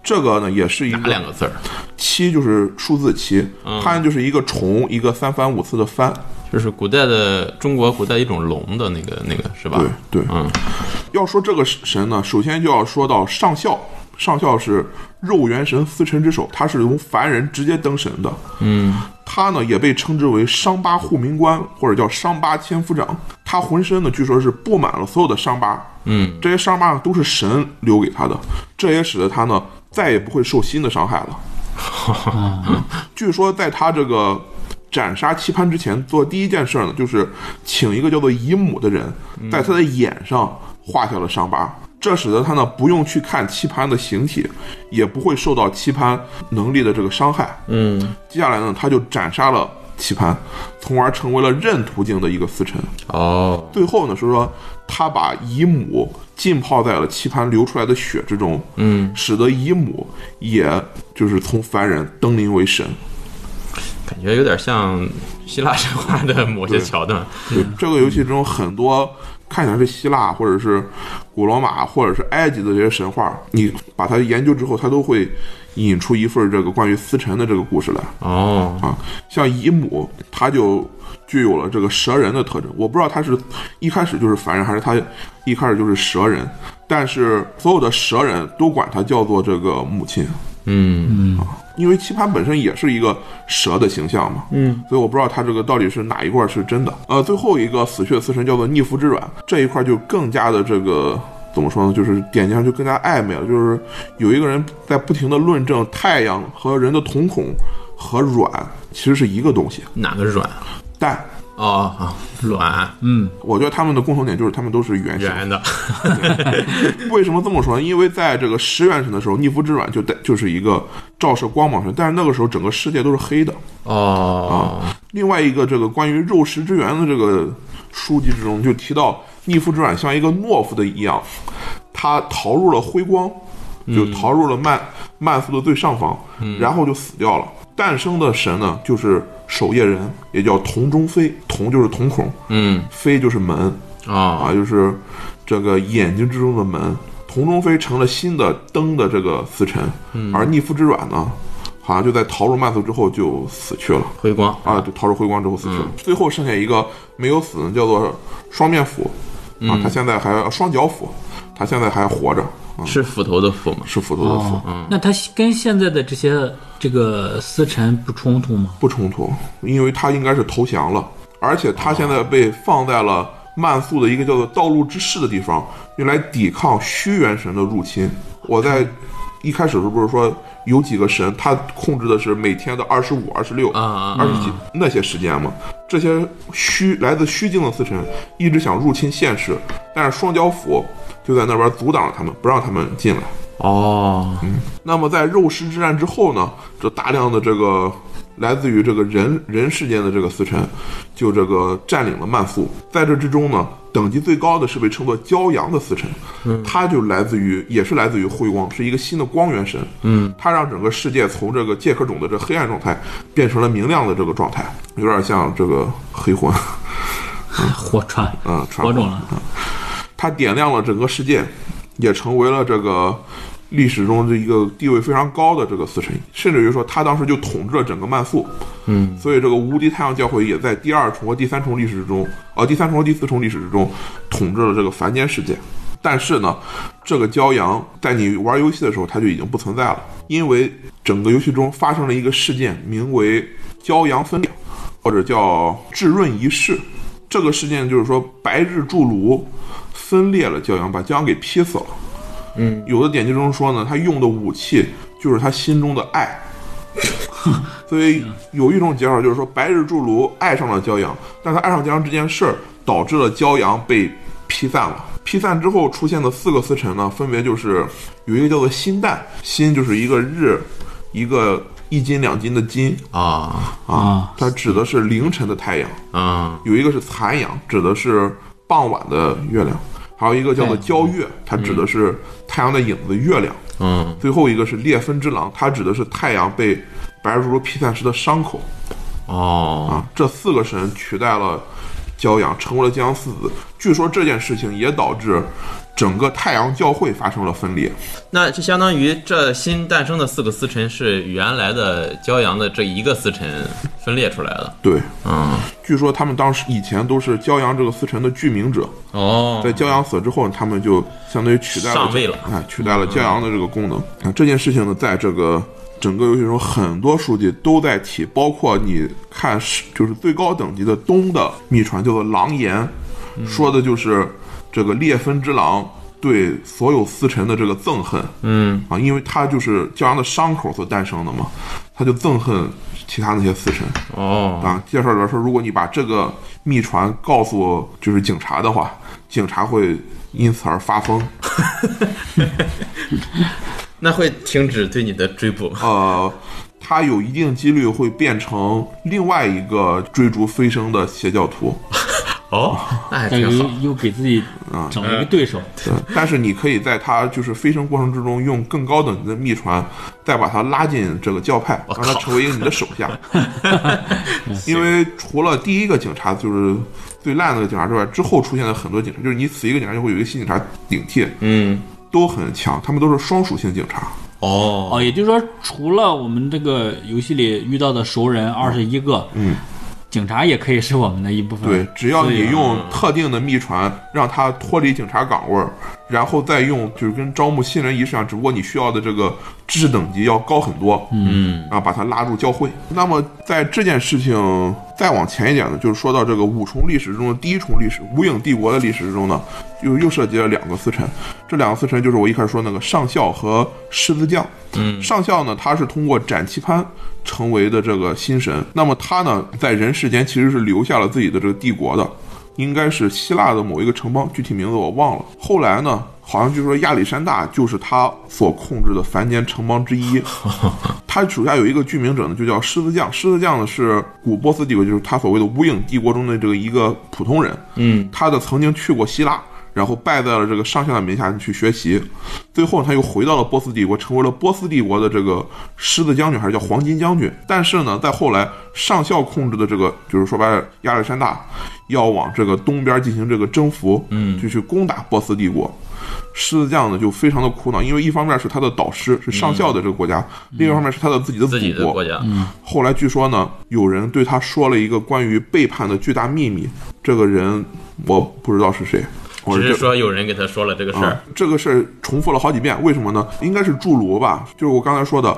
这个呢，也是一哪个两个字儿？七就是数字七，潘就是一个虫，一个三番五次的番。就是古代的中国古代一种龙的那个那个是吧？对对，嗯，要说这个神呢，首先就要说到上校，上校是肉元神司臣之首，他是从凡人直接登神的。嗯，他呢也被称之为伤疤护民官，或者叫伤疤千夫长。他浑身呢，据说是布满了所有的伤疤。嗯，这些伤疤都是神留给他的，这也使得他呢再也不会受新的伤害了。据说在他这个斩杀期盼之前，做第一件事呢，就是请一个叫做姨母的人，在他的眼上画下了伤疤。这使得他呢不用去看期盼的形体，也不会受到期盼能力的这个伤害。嗯，接下来呢，他就斩杀了棋盘，从而成为了任途径的一个司臣。哦，最后呢，是说他把姨母浸泡在了棋盘流出来的血之中，嗯，使得姨母也就是从凡人登临为神。感觉有点像希腊神话的某些桥段。对，这个游戏中很多看起来是希腊或者是古罗马或者是埃及的这些神话，你把它研究之后，它都会引出一份这个关于司臣的这个故事来。哦，啊，像姨母，她就具有了这个蛇人的特征。我不知道她是一开始就是凡人，还是她一开始就是蛇人。但是所有的蛇人都管她叫做这个母亲，嗯，因为棋盘本身也是一个蛇的形象嘛。嗯，所以我不知道她这个到底是哪一块是真的。呃，最后一个死去的死神叫做逆服之卵，这一块就更加的这个。怎么说呢？就是典籍上就更加暧昧了，就是有一个人在不停的论证太阳和人的瞳孔和卵其实是一个东西，哪个软？但哦，啊卵我觉得他们的共同点就是他们都是原 型。圆的。为什么这么说呢？因为在这个十元神的时候，逆夫之卵就带就是一个照射光芒神，但是那个时候整个世界都是黑的，哦，另外一个这个关于肉食之源的这个书籍之中就提到，逆夫之卵像一个懦夫的一样，他逃入了辉光，就逃入了曼、曼苏的最上方，然后就死掉了。诞生的神呢，就是守夜人，也叫铜中飞，铜就是瞳孔，嗯，飞就是门哦，啊，就是这个眼睛之中的门。铜中飞成了新的灯的这个司辰，而逆夫之卵呢，好像就在逃入曼苏之后就死去了。辉光，啊，就逃出辉光之后死去了。最后剩下一个没有死，叫做双面斧啊，他现在还双脚斧，他现在还活着啊，是斧头的斧吗？是斧头的斧，嗯哦，那它跟现在的这些这个司辰不冲突吗？不冲突，因为他应该是投降了，而且他现在被放在了曼宿的一个叫做道路之士的地方，用来抵抗虚元神的入侵。我在一开始的时候不是说有几个神，他控制的是每天的二十五、二十六、啊二十几那些时间嘛？这些虚来自虚境的四神一直想入侵现世，但是双脚斧就在那边阻挡了他们，不让他们进来。哦，那么在肉食之战之后呢，这大量的这个来自于这个人人世间的这个司辰，就这个占领了曼宿。在这之中呢，等级最高的是被称作骄阳的司辰，嗯他就来自于也是来自于辉光，是一个新的光源神。嗯，他让整个世界从这个介壳种的这黑暗状态变成了明亮的这个状态，有点像这个黑魂火传啊，传说火种了，嗯它点亮了整个世界，也成为了这个历史中的一个地位非常高的这个司神，甚至于说他当时就统治了整个曼宿。嗯，所以这个无敌太阳教会也在第二重和第三重历史之中，呃，第三重和第四重历史之中统治了这个凡间世界。但是呢，这个骄阳在你玩游戏的时候，它就已经不存在了，因为整个游戏中发生了一个事件，名为骄阳分裂，或者叫炙润仪式。这个事件就是说，白日筑炉分裂了骄阳，把骄阳给劈死了。嗯，有的典籍中说呢，他用的武器就是他心中的爱。 所以有一种解法就是说，白日筑炉爱上了骄阳，但他爱上骄阳这件事儿导致了骄阳被劈散了。劈散之后出现的四个司辰呢，分别就是有一个叫做辛旦，辛就是一个日，一个一斤两斤的斤啊，啊，它指的是凌晨的太阳。嗯，有一个是残阳，指的是傍晚的月亮；还有一个叫做交月，它指的是太阳的影子、月亮；嗯，最后一个是裂分之狼，它指的是太阳被白如披散时的伤口。哦，啊，这四个神取代了骄阳，成为了骄阳四子。据说这件事情也导致整个太阳教会发生了分裂。那就相当于这新诞生的四个司辰是原来的骄阳的这一个司辰分裂出来的，对，嗯，据说他们当时以前都是骄阳这个司辰的剧名者，哦，在骄阳死之后，他们就相当于取代了上位了哎，取代了骄阳的这个功能啊。这件事情呢，在这个整个游戏中，很多书籍都在提，包括你看是就是最高等级的东的秘传叫做狼言，嗯说的就是这个裂分之狼。对所有司臣的这个憎恨，嗯，啊，因为他就是骄阳的伤口所诞生的嘛，他就憎恨其他那些司臣，哦，啊，介绍者说，如果你把这个秘传告诉就是警察的话，警察会因此而发疯。那会停止对你的追捕吗？呃，他有一定几率会变成另外一个追逐飞升的邪教徒。哦，那还但挺是好嗯又。又给自己整了一个对手，对 但是你可以在他就是飞升过程之中，用更高等级的秘传，再把他拉进这个教派，让他成为一个你的手 下。因为除了第一个警察就是最烂的那个警察之外，之后出现的很多警察，就是你死一个警察就会有一个新警察顶替，嗯，都很强，他们都是双属性警察。哦，哦，也就是说，除了我们这个游戏里遇到的熟人二十一个，嗯，警察也可以是我们的一部分。对，只要嗯所以你用特定的秘传让他脱离警察岗位儿，然后再用就是跟招募新人仪式一样，只不过你需要的这个知识等级要高很多，嗯，啊，把他拉入教会。那么在这件事情再往前一点呢，就是说到这个五重历史中的第一重历史——无影帝国的历史之中呢，又又涉及了两个司辰，这两个司辰就是我一开始说那个上校和狮子将。嗯，上校呢，他是通过斩旗潘成为的这个新神。那么他呢，在人世间其实是留下了自己的这个帝国的，应该是希腊的某一个城邦，具体名字我忘了。后来呢，好像据说亚历山大就是他所控制的凡间城邦之一。他手下有一个具名者呢，就叫狮子将。狮子将呢是古波斯帝国，就是他所谓的无影帝国中的这个一个普通人。嗯，他的曾经去过希腊，然后拜在了这个上校的名下去学习，最后他又回到了波斯帝国，成为了波斯帝国的这个狮子将军，还是叫黄金将军。但是呢，在后来上校控制的这个，就是说白了，亚历山大要往这个东边进行这个征服，嗯，就去攻打波斯帝国。狮子将呢就非常的苦恼，因为一方面是他的导师是上校的这个国家，另一方面是他的自己的嗯自己的祖国家，后来据说呢，有人对他说了一个关于背叛的巨大秘密。这个人我不知道是谁，我只这是说有人给他说了这个事啊儿，这个事儿重复了好几遍，为什么呢？应该是侏儒吧，就是我刚才说的，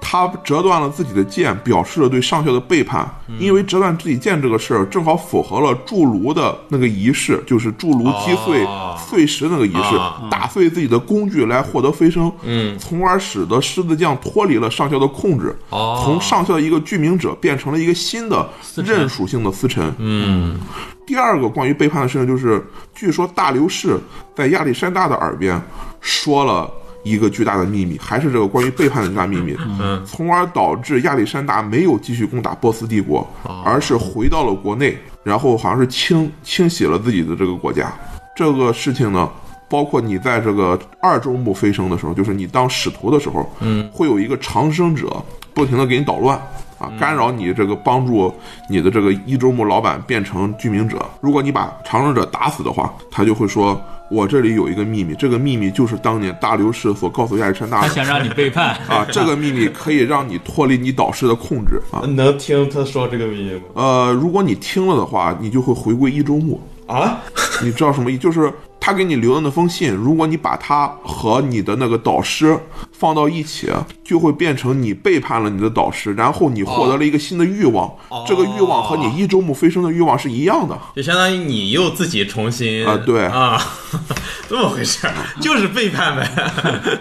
他折断了自己的剑，表示了对上校的背叛。嗯因为折断自己剑这个事儿，正好符合了侏儒的那个仪式，就是侏儒击碎、哦碎石那个仪式，啊打碎自己的工具来获得飞升，嗯从而使得狮子将脱离了上校的控制，哦从上校的一个居民者变成了一个新的臣认属性的司臣。嗯，第二个关于背叛的事情就是，据说大流士在亚历山大的耳边说了一个巨大的秘密，还是这个关于背叛的巨大秘密，嗯从而导致亚历山大没有继续攻打波斯帝国，哦而是回到了国内，然后好像是清清洗了自己的这个国家。这个事情呢，包括你在这个二周目飞升的时候，就是你当使徒的时候，嗯，会有一个长生者不停的给你捣乱。啊，干扰你这个帮助你的这个一周目老板变成居民者。如果你把长生者打死的话，他就会说：“我这里有一个秘密，这个秘密就是当年大流士所告诉亚历山大他的 想让你背 叛，啊，这个秘密可以让你脱离你导师的控制啊。能听他说这个秘密吗？呃，如果你听了的话，你就会回归一周目。啊， 你知道什么意？就是他给你留的那封信，如果你把它和你的那个导师放到一起，就会变成你背叛了你的导师，然后你获得了一个新的欲望。这个欲望和你一周目飞升的欲望是一样的。就相当于你又自己重新啊对啊， 这么回事儿，就是背叛呗。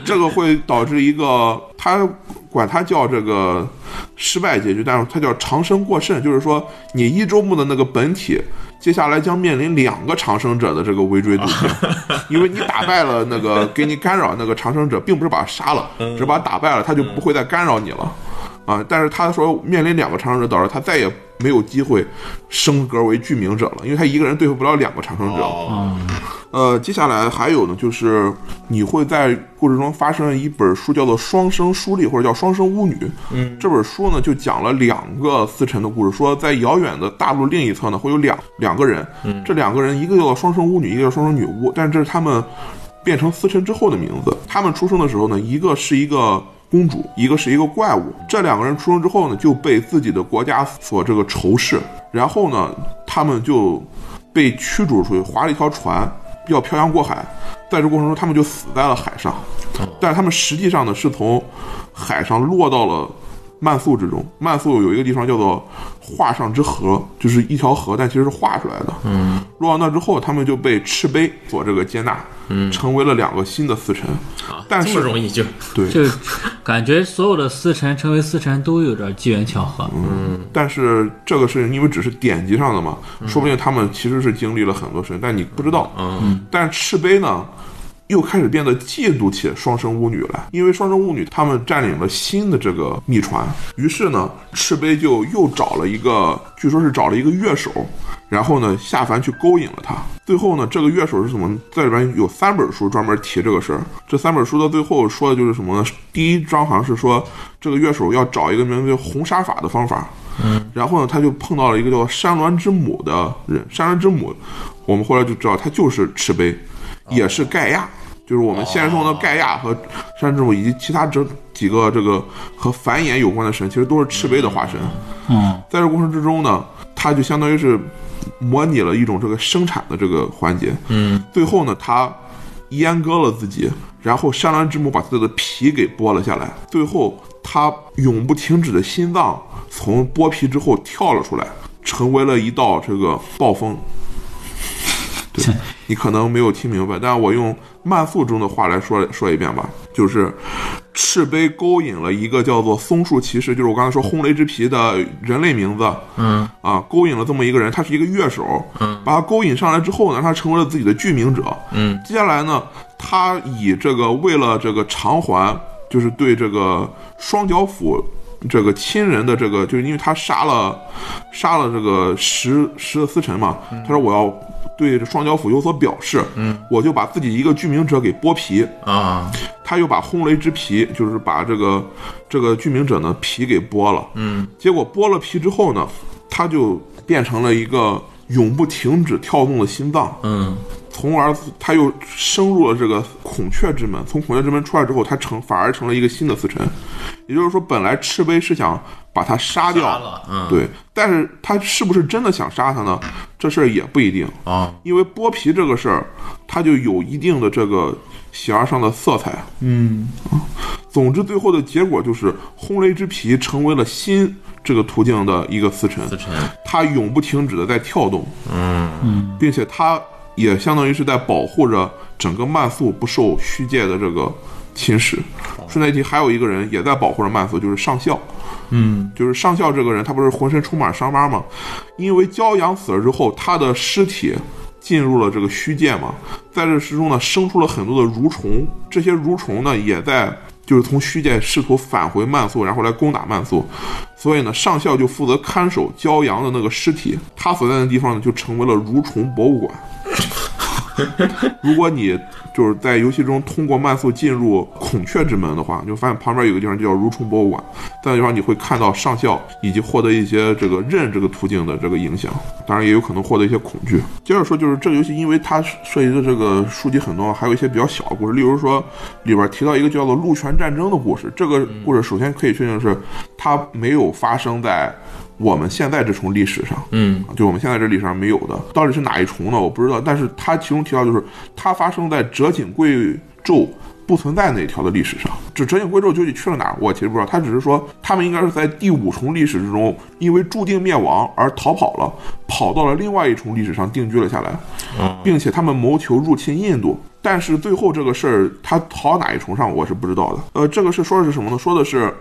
这个会导致一个他管他叫这个失败结局，但是他叫长生过甚，就是说你一周目的那个本体，接下来将面临两个长生者的这个围追堵截， 因为你打败了那个给你干扰那个长生者，并不是把他杀了，只是把他打败了，他就不会再干扰你了。啊！但是他说面临两个长生者，导致他再也没有机会升格为具名者了，因为他一个人对付不了两个长生者。哦，呃，接下来还有呢，就是你会在故事中发生一本书，叫做《双生书吏》或者叫《双生巫女》。嗯，这本书呢就讲了两个司辰的故事，说在遥远的大陆另一侧呢会有两两个人，嗯、这两个人一个叫做双生巫女，一个叫双生女巫，但是这是他们变成司辰之后的名字。他们出生的时候呢，一个是一个公主，一个是一个怪物。这两个人出生之后呢，就被自己的国家所这个仇视，然后呢，他们就被驱逐出去，划了一条船，要漂洋过海。在这过程中，他们就死在了海上，但是他们实际上呢，是从海上落到了。曼宿之中，曼宿有一个地方叫做画上之河，就是一条河，但其实是画出来的。嗯，落到那之后，他们就被赤碑所这个接纳，嗯，成为了两个新的司辰。啊但是 这么容易就对，就感觉所有的司辰成为司辰都有点机缘巧合。嗯但是这个事情因为只是典籍上的嘛，说不定他们其实是经历了很多事情，但你不知道。嗯，但是赤碑呢，又开始变得嫉妒起双生巫女来，因为双生巫女他们占领了新的这个秘传，于是呢，赤碑就又找了一个，据说是找了一个乐手，然后呢下凡去勾引了他。最后呢，这个乐手是怎么？在里边有三本书专门提这个事儿。这三本书的最后说的就是什么呢？第一章好像是说这个乐手要找一个名字叫红沙法的方法。然后呢，他就碰到了一个叫山峦之母的人。山峦之母，我们后来就知道他就是赤碑，也是盖亚，就是我们现实中的盖亚和山峦之母以及其他这几个这个和繁衍有关的神，其实都是赤碑的化身。嗯，在这过程之中呢，他就相当于是模拟了一种这个生产的这个环节。嗯，最后呢，他阉割了自己，然后山峦之母把他的皮给剥了下来，最后他永不停止的心脏从剥皮之后跳了出来，成为了一道这个暴风。对，你可能没有听明白，但我用慢速中的话来说说一遍吧，就是赤碑勾引了一个叫做松树骑士，就是我刚才说轰雷之皮的人类名字，嗯，啊，勾引了这么一个人，他是一个乐手，嗯，把他勾引上来之后呢，他成为了自己的剧名者，嗯，接下来呢，他以这个为了这个偿还，就是对这个双脚斧这个亲人的这个，就是因为他杀了杀了这个十十的司辰嘛，他说我要对这双脚斧有所表示，嗯，我就把自己一个具名者给剥皮，啊，他又把轰雷之皮，就是把这个这个居民者呢皮给剥了。嗯，结果剥了皮之后呢，他就变成了一个永不停止跳动的心脏。嗯，从而他又升入了这个孔雀之门。从孔雀之门出来之后，他成反而成了一个新的司辰。也就是说，本来赤碑是想把他杀掉，杀了嗯对，但是他是不是真的想杀他呢？这事儿也不一定。啊，因为剥皮这个事儿，它就有一定的这个形而上的色彩。嗯，总之最后的结果就是轰雷之皮成为了新这个途径的一个司辰，思辰，它永不停止的在跳动。嗯，并且它也相当于是在保护着整个慢速不受虚界的这个侵蚀。顺带一提，还有一个人也在保护着慢速，就是上校。就是上校这个人，他不是浑身充满伤疤吗？因为骄阳死了之后，他的尸体进入了这个虚界嘛，在这之中呢，生出了很多的蠕虫，这些蠕虫呢，也在就是从虚界试图返回慢速，然后来攻打慢速。所以呢，上校就负责看守骄阳的那个尸体，他所在的地方呢，就成为了蠕虫博物馆。如果你就是在游戏中通过慢速进入孔雀之门的话，你就发现旁边有个地方就叫蠕虫博物馆，在那地方你会看到上校以及获得一些这个刃这个途径的这个影响，当然也有可能获得一些恐惧。接着说就是这个游戏，因为它涉及的这个书籍很多，还有一些比较小的故事，例如说里边提到一个叫做鹿泉战争的故事，这个故事首先可以确定是它没有发生在。 我们现在这重历史上，啊嗯就我们现在这历史上没有的，到底是哪一重呢？我不知道。但是它其中提到就是它发生在折锦贵胄不存在那一条的历史上。这折锦贵胄究竟去了哪儿？我其实不知道。他只是说他们应该是在第五重历史之中，因为注定灭亡而逃跑了，跑到了另外一重历史上定居了下来，并且他们谋求入侵印度。但是最后这个事儿，他逃哪一重上我是不知道的。呃，这个是说的是什么呢？说的是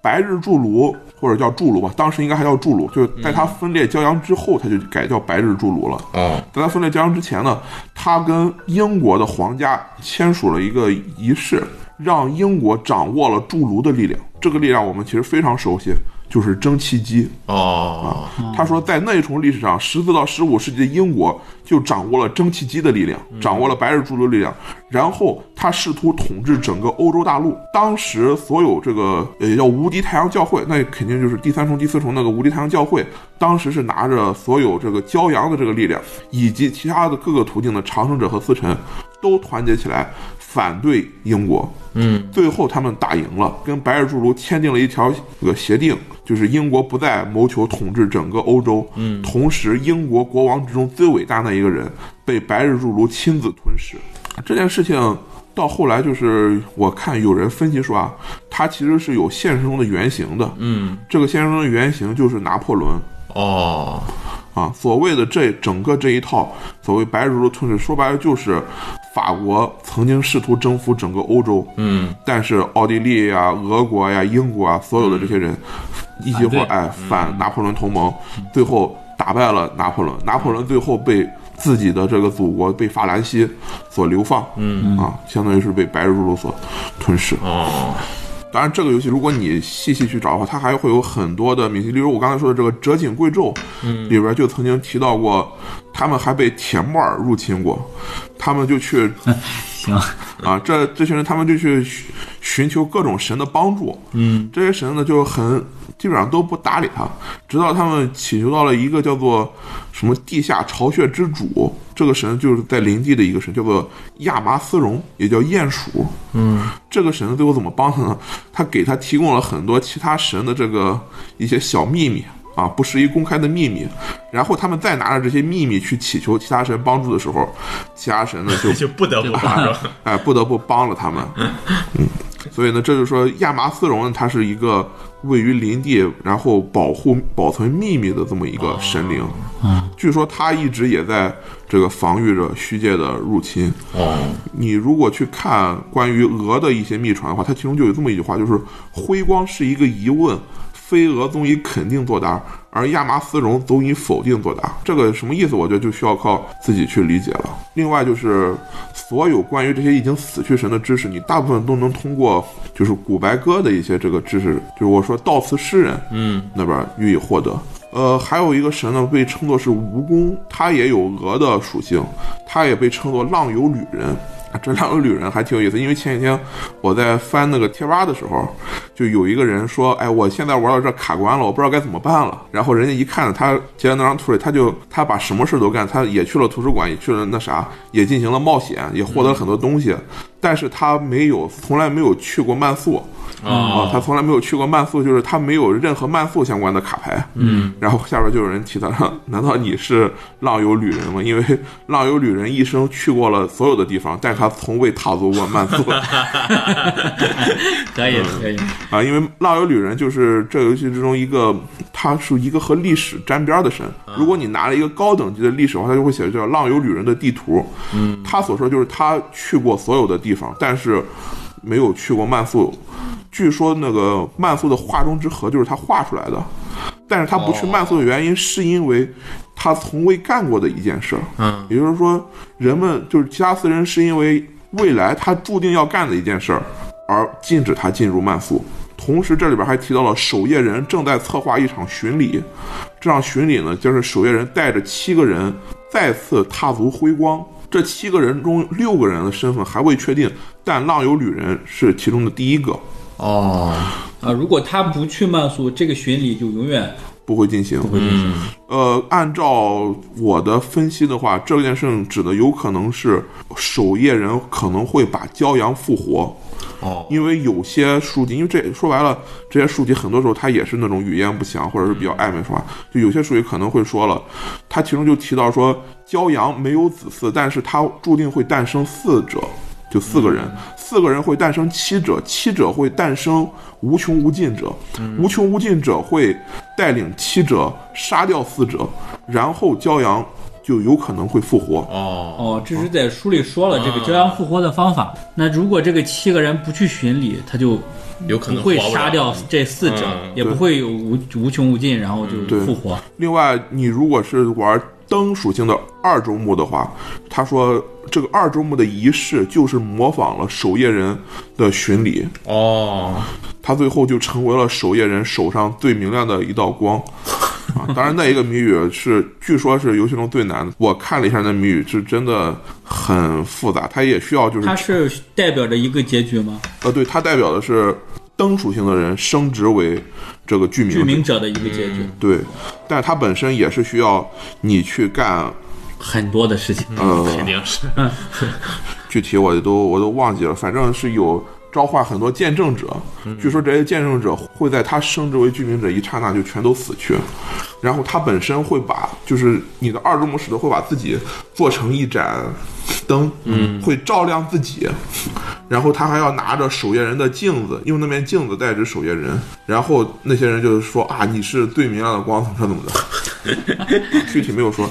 白日筑炉，或者叫筑炉吧，当时应该还叫筑炉，就是在它分裂骄阳之后，它就改叫白日筑炉了。哦，在它分裂骄阳之前呢，他跟英国的皇家签署了一个仪式，让英国掌握了筑炉的力量。这个力量我们其实非常熟悉，就是蒸汽机。哦，他说，在那一重历史上，十四到十五世纪的英国就掌握了蒸汽机的力量，掌握了白日诸流力量，然后他试图统治整个欧洲大陆。当时所有这个呃叫无敌太阳教会，那肯定就是第三重、第四重那个无敌太阳教会，当时是拿着所有这个骄阳的这个力量，以及其他的各个途径的长生者和司辰，都团结起来反对英国。最后他们打赢了，跟白日诸卢签订了一条这个协定，就是英国不再谋求统治整个欧洲，嗯，同时英国国王之中最伟大那一个人被白日诸卢亲自吞噬，这件事情。到后来就是我看有人分析说啊，它其实是有现实中的原型的，嗯，这个现实中的原型就是拿破仑，哦，啊，所谓的这整个这一套所谓白如的吞噬，说白了就是法国曾经试图征服整个欧洲，嗯，但是奥地利呀、俄国呀、英国啊，所有的这些人、一起伙反对嗯哎反拿破仑同盟，最后打败了拿破仑，拿破仑最后被。自己的这个祖国被法兰西所流放，嗯啊，相当于是被白日入所吞噬。哦，当然，这个游戏如果你细细去找的话，它还会有很多的明星，例如我刚才说的这个《折锦贵胄》，嗯里边就曾经提到过，他们还被铁木尔入侵过，他们就去行，啊，这这些人他们就去寻寻求各种神的帮助，嗯，这些神呢就很基本上都不搭理他，直到他们祈求到了一个叫做什么地下巢穴之主，这个神就是在林地的一个神，叫做亚麻丝绒，也叫鼹鼠，嗯，这个神最后怎么帮他呢？他给他提供了很多其他神的这个一些小秘密。啊，不适宜公开的秘密，然后他们再拿着这些秘密去祈求其他神帮助的时候，其他神呢 就就不得不发生， 哎，不得不帮了他们。嗯，所以呢，这就是说亚麻丝绒呢，它是一个位于林地，然后保护保存秘密的这么一个神灵。嗯，据说它一直也在这个防御着虚界的入侵。哦，你如果去看关于俄的一些秘传的话，它其中就有这么一句话，就是“辉光是一个疑问，飞蛾总以肯定作答，而亚麻丝绒总以否定作答。这个什么意思？我觉得就需要靠自己去理解了。另外就是，所有关于这些已经死去神的知识，你大部分都能通过就是古白歌的一些这个知识，就是我说悼词诗人，嗯，那边予以获得。呃，还有一个神呢，被称作是蜈蚣，它也有鹅的属性，它也被称作浪游旅人。啊这浪游旅人还挺有意思，因为前几天我在翻那个贴吧的时候，就有一个人说：“哎，我现在玩到这卡关了，我不知道该怎么办了。”然后人家一看他截了那张图里，他就他把什么事都干，他也去了图书馆，也去了那啥，也进行了冒险，也获得了很多东西，但是他没有从来没有去过曼宿。啊，他哦，从来没有去过慢速，就是他没有任何慢速相关的卡牌。嗯，然后下边就有人提他了，难道你是浪游旅人吗？因为浪游旅人一生去过了所有的地方，但是他从未踏足过 慢速可以可嗯以，啊。因为浪游旅人就是这游戏之中一个，他是一个和历史沾边的神。如果你拿了一个高等级的历史的话，他就会写叫浪游旅人的地图。嗯，他所说就是他去过所有的地方，但是没有去过慢速。据说那个慢速的画中之河就是他画出来的，但是他不去慢速的原因是因为他从未干过的一件事儿。嗯，也就是说，人们就是其他四人是因为未来他注定要干的一件事儿而禁止他进入慢速。同时，这里边还提到了守夜人正在策划一场巡礼，这场巡礼呢，就是守夜人带着七个人再次踏足辉光。这七个人中，六个人的身份还未确定，但浪游旅人是其中的第一个，哦，啊，如果他不去慢速，这个巡礼就永远不会进行。嗯，呃，按照我的分析的话，这件事情指的有可能是守夜人可能会把骄阳复活。哦，因为有些书籍，因为这说白了，这些书籍很多时候它也是那种语焉不详，或者是比较暧昧说话。就有些书籍可能会说了，它其中就提到说，骄阳没有子嗣，但是它注定会诞生四者，就四个人，四个人会诞生七者，七者会诞生无穷无尽者，无穷无尽者会带领七者杀掉四者，然后骄阳就有可能会复活。哦，哦，这是在书里说了这个骄阳复活的方法。那如果这个七个人不去巡礼，他就有可不能会活不了杀掉这四者，嗯也不会有无无穷无尽，然后就对复活。另外，你如果是玩灯属性的二周目的话，他说这个二周目的仪式就是模仿了守夜人的巡礼，哦，他最后就成为了守夜人手上最明亮的一道光。 啊，当然，那一个谜语是，据说是游戏中最难的。我看了一下那谜语，是真的很复杂，它也需要就是它是代表着一个结局吗？呃，对，它代表的是灯属性的人升职为这个居民剧名者的一个结局，对，但是它本身也是需要你去干很多的事情。呃肯定是，具体我都我都忘记了，反正是有召唤很多见证者，据说这些见证者会在他升职为居民者一刹那就全都死去，然后他本身会把就是你的二周目使得会把自己做成一盏灯，嗯，会照亮自己，然后他还要拿着守夜人的镜子，用那面镜子代指守夜人，然后那些人就是说啊，你是最明亮的光，怎么着怎么着，具体没有说，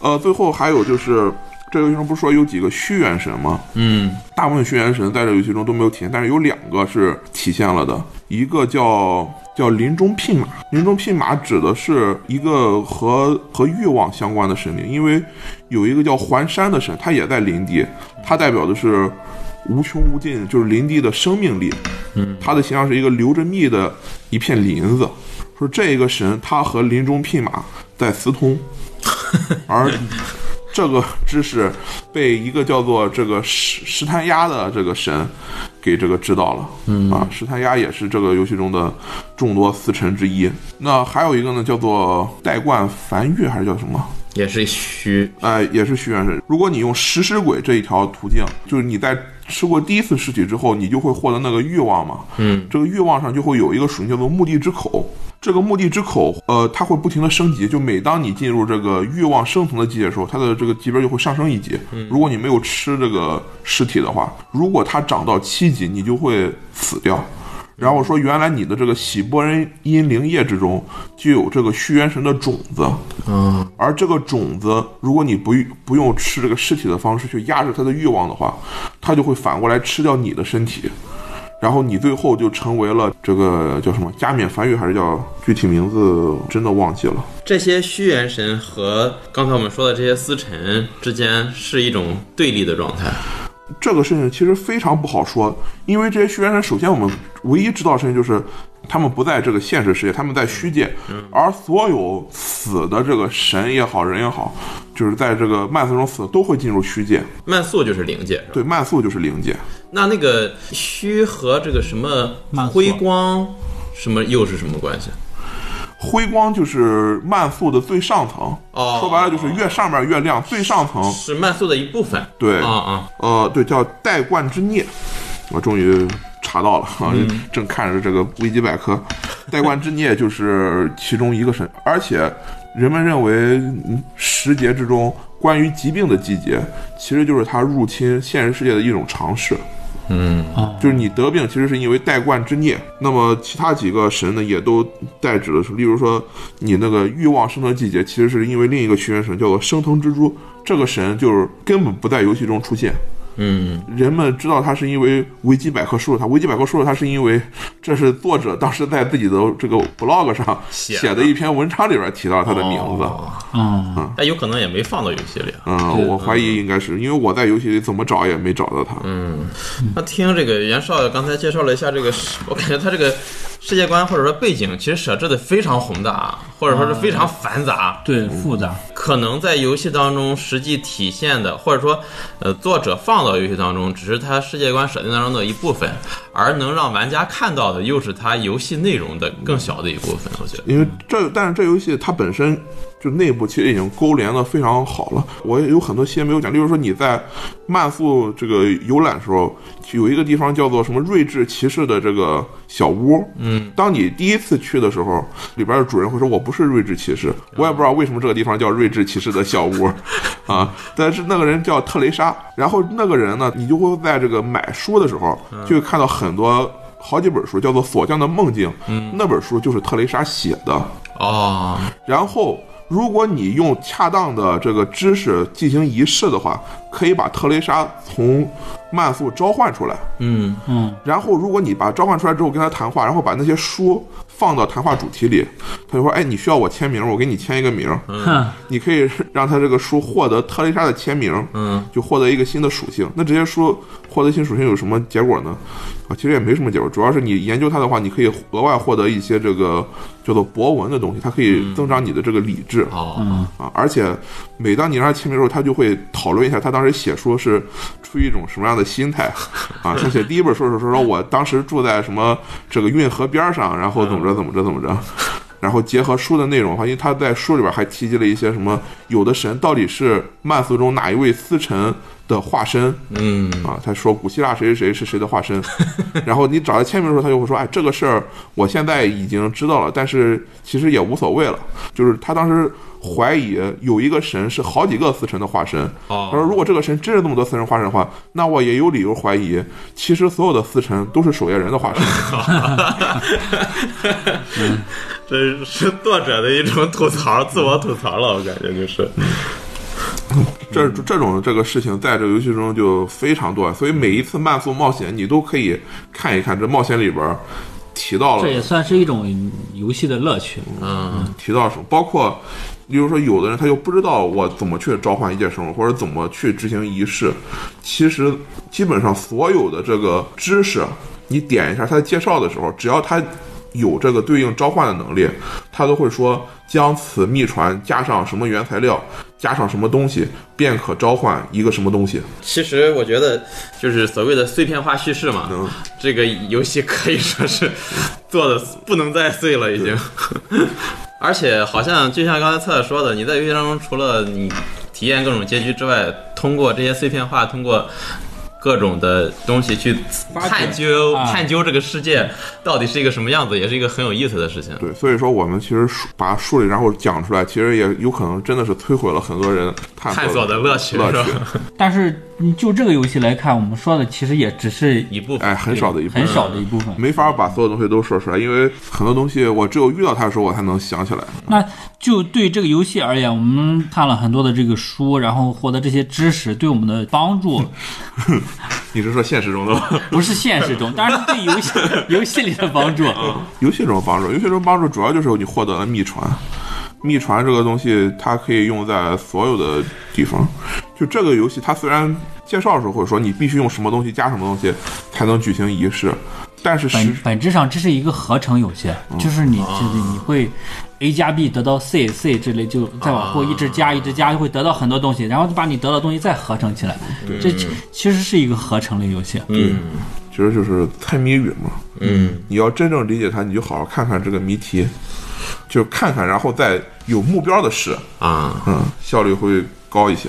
呃，最后还有就是。这个游戏中不是说有几个虚元神吗？嗯，大部分轩辕神在这个游戏中都没有体现，但是有两个是体现了的，一个叫叫林中聘马，林中聘马指的是一个和和欲望相关的神灵，因为有一个叫环山的神，他也在林地，他代表的是无穷无尽，就是林地的生命力，嗯，他的形象是一个流着蜜的一片林子，说这个神他和林中聘马在私通，而这个知识被一个叫做这个石石炭鸭的这个神给这个知道了。嗯啊，石炭鸭也是这个游戏中的众多四神之一。那还有一个呢，叫做代冠繁月还是叫什么？ 也是虚，哎，也是虚元神。如果你用食尸鬼这一条途径，就是你在吃过第一次尸体之后，你就会获得那个欲望嘛。嗯，这个欲望上就会有一个属性叫做墓地之口。这个墓地之口，呃，它会不停的升级。就每当你进入这个欲望生成的级别的时候，它的这个级别就会上升一级。如果你没有吃这个尸体的话，如果它涨到七级，你就会死掉。然后说，原来你的这个喜波恩因灵液之中就有这个虚元神的种子，嗯，而这个种子，如果你不不用吃这个尸体的方式去压制它的欲望的话，它就会反过来吃掉你的身体。然后你最后就成为了这个叫什么加冕繁育还是叫具体名字真的忘记了。这些虚元神和刚才我们说的这些司辰之间是一种对立的状态。这个事情其实非常不好说，因为这些虚元神，首先我们唯一知道的事情就是，他们不在这个现实世界，他们在虚界，而所有死的这个神也好，人也好，就是在这个慢速中死的都会进入虚界，慢速就是灵界，是吧？对，慢速就是灵界，那那个虚和这个什么慢速辉光什么又是什么关系？辉光就是慢速的最上层，哦说白了就是越上面越亮，最上层，是慢速的一部分。对啊啊，呃，对，叫代冠之孽，我终于查到了啊， 正看着这个维基百科，代冠之孽就是其中一个神，而且人们认为嗯时节之中关于疾病的季节，其实就是它入侵现实世界的一种尝试。哦就是你得病其实是因为代冠之孽。那么其他几个神呢，也都代指的是，例如说你那个欲望升腾季节，其实是因为另一个屈原神叫做升腾蜘蛛，这个神就是根本不在游戏中出现。嗯，人们知道他是因为维基百科说了他，维基百科说了他是因为这是作者当时在自己的这个 blog 上写的写的一篇文章里边提到他的名字。哦嗯，但有可能也没放到游戏里啊。嗯，我怀疑应该是因为我在游戏里怎么找也没找到他。嗯，那听这个袁绍刚才介绍了一下这个世，我感觉他这个世界观或者说背景其实设置的非常宏大，啊或者说是非常繁杂，对，复杂，可能在游戏当中实际体现的，或者说呃作者放到游戏当中，只是他世界观设定当中的一部分，而能让玩家看到的又是他游戏内容的更小的一部分。我觉得，因为这，但是这游戏它本身就内部其实已经勾连的非常好了。我也有很多些没有讲，例如说你在慢速这个游览的时候，有一个地方叫做什么“睿智骑士”的这个小屋。嗯，当你第一次去的时候，里边的主人会说：“我不是睿智骑士。”我也不知道为什么这个地方叫睿智骑士的小屋啊。但是那个人叫特雷莎，然后那个人呢，你就会在这个买书的时候，就会看到很多。好几本书叫做《锁匠的梦境》，那本书就是特蕾莎写的。哦，然后，如果你用恰当的这个知识进行仪式的话，可以把特蕾莎从慢速召唤出来。嗯，嗯，然后，如果你把召唤出来之后跟他谈话，然后把那些书放到谈话主题里，他就说：“哎，你需要我签名，我给你签一个名。哼，你可以让他这个书获得特蕾莎的签名，嗯，就获得一个新的属性。那这些书获得新属性有什么结果呢？啊，其实也没什么结果，主要是你研究它的话，你可以额外获得一些这个叫做博文的东西，它可以增长你的这个理智、哦，啊。而且每当你让他签名的时候，他就会讨论一下他当时写书是出于一种什么样的心态啊。像写第一本书的时候说，说我当时住在什么这个运河边上，然后怎么着怎么着怎么着。然后结合书的内容，因为他在书里边还提及了一些什么有的神到底是慢速中哪一位司辰的化身，嗯，啊，他说古希腊谁谁谁是谁的化身，然后你找他签名的时候，他就会说，哎，这个事儿我现在已经知道了，但是其实也无所谓了。就是他当时怀疑有一个神是好几个死神的化身，哦他说如果这个神真是那么多死神化身的话，那我也有理由怀疑，其实所有的死神都是守夜人的化身。这是作者的一种吐槽，自我吐槽了，我感觉就是。这这种这个事情在这个游戏中就非常多，啊所以每一次慢速冒险你都可以看一看这冒险里边儿提到了这也算是一种游戏的乐趣，嗯，提到什么，包括，比如说有的人他就不知道我怎么去召唤一介生物，或者怎么去执行仪式。其实基本上所有的这个知识，你点一下它的介绍的时候，只要它有这个对应召唤的能力，它都会说将此秘传加上什么原材料，加上什么东西，便可召唤一个什么东西。其实我觉得就是所谓的碎片化叙事嘛，嗯这个游戏可以说是做的不能再碎了，已经。嗯 而且好像就像刚才策策说的，你在游戏当中除了你体验各种结局之外，通过这些碎片化，通过各种的东西去掘探究、啊探究这个世界到底是一个什么样子，也是一个很有意思的事情。对，所以说我们其实梳把它梳理然后讲出来，其实也有可能真的是摧毁了很多人探探索的乐趣乐是趣。吧？但是嗯就这个游戏来看，我们说的其实也只是 一部分哎，很少的一部分嗯很少的一部分。没法把所有东西都说出来，因为很多东西我只有遇到它的时候我才能想起来。那就对这个游戏而言，我们看了很多的这个书，然后获得这些知识，对我们的帮助，你是说现实中的吗？不是现实中，当然是对游戏游戏里的帮助。 游戏中的帮助，游戏中帮助主要就是你获得了秘传。秘传这个东西，它可以用在所有的地方。就这个游戏，它虽然介绍的时候会说你必须用什么东西加什么东西才能举行仪式，但是实本本质上这是一个合成游戏，就是你就是你会 A 加 B 得到 C，C 这类就再往后一直加一直加，会得到很多东西，然后就把你得到的东西再合成起来。这其其实是一个合成类游戏。嗯其实就是猜谜语嘛。嗯，你要真正理解它，你就好好看看这个谜题，就看看，然后再有目标的试，啊，嗯，效率会高一些。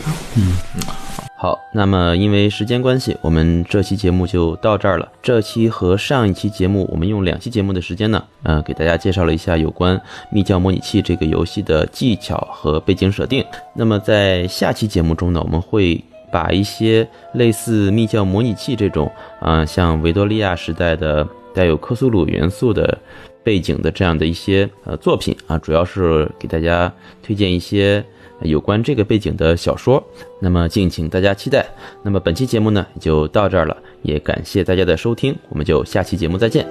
好，那么因为时间关系，我们这期节目就到这儿了。这期和上一期节目，我们用两期节目的时间呢，呃，给大家介绍了一下有关《密教模拟器》这个游戏的技巧和背景设定。那么在下期节目中呢，我们会把一些类似《密教模拟器》这种，啊、像维多利亚时代的带有科苏鲁元素的背景的这样的一些呃作品啊，主要是给大家推荐一些有关这个背景的小说。那么敬请大家期待。那么本期节目呢也就到这儿了，也感谢大家的收听，我们就下期节目再见。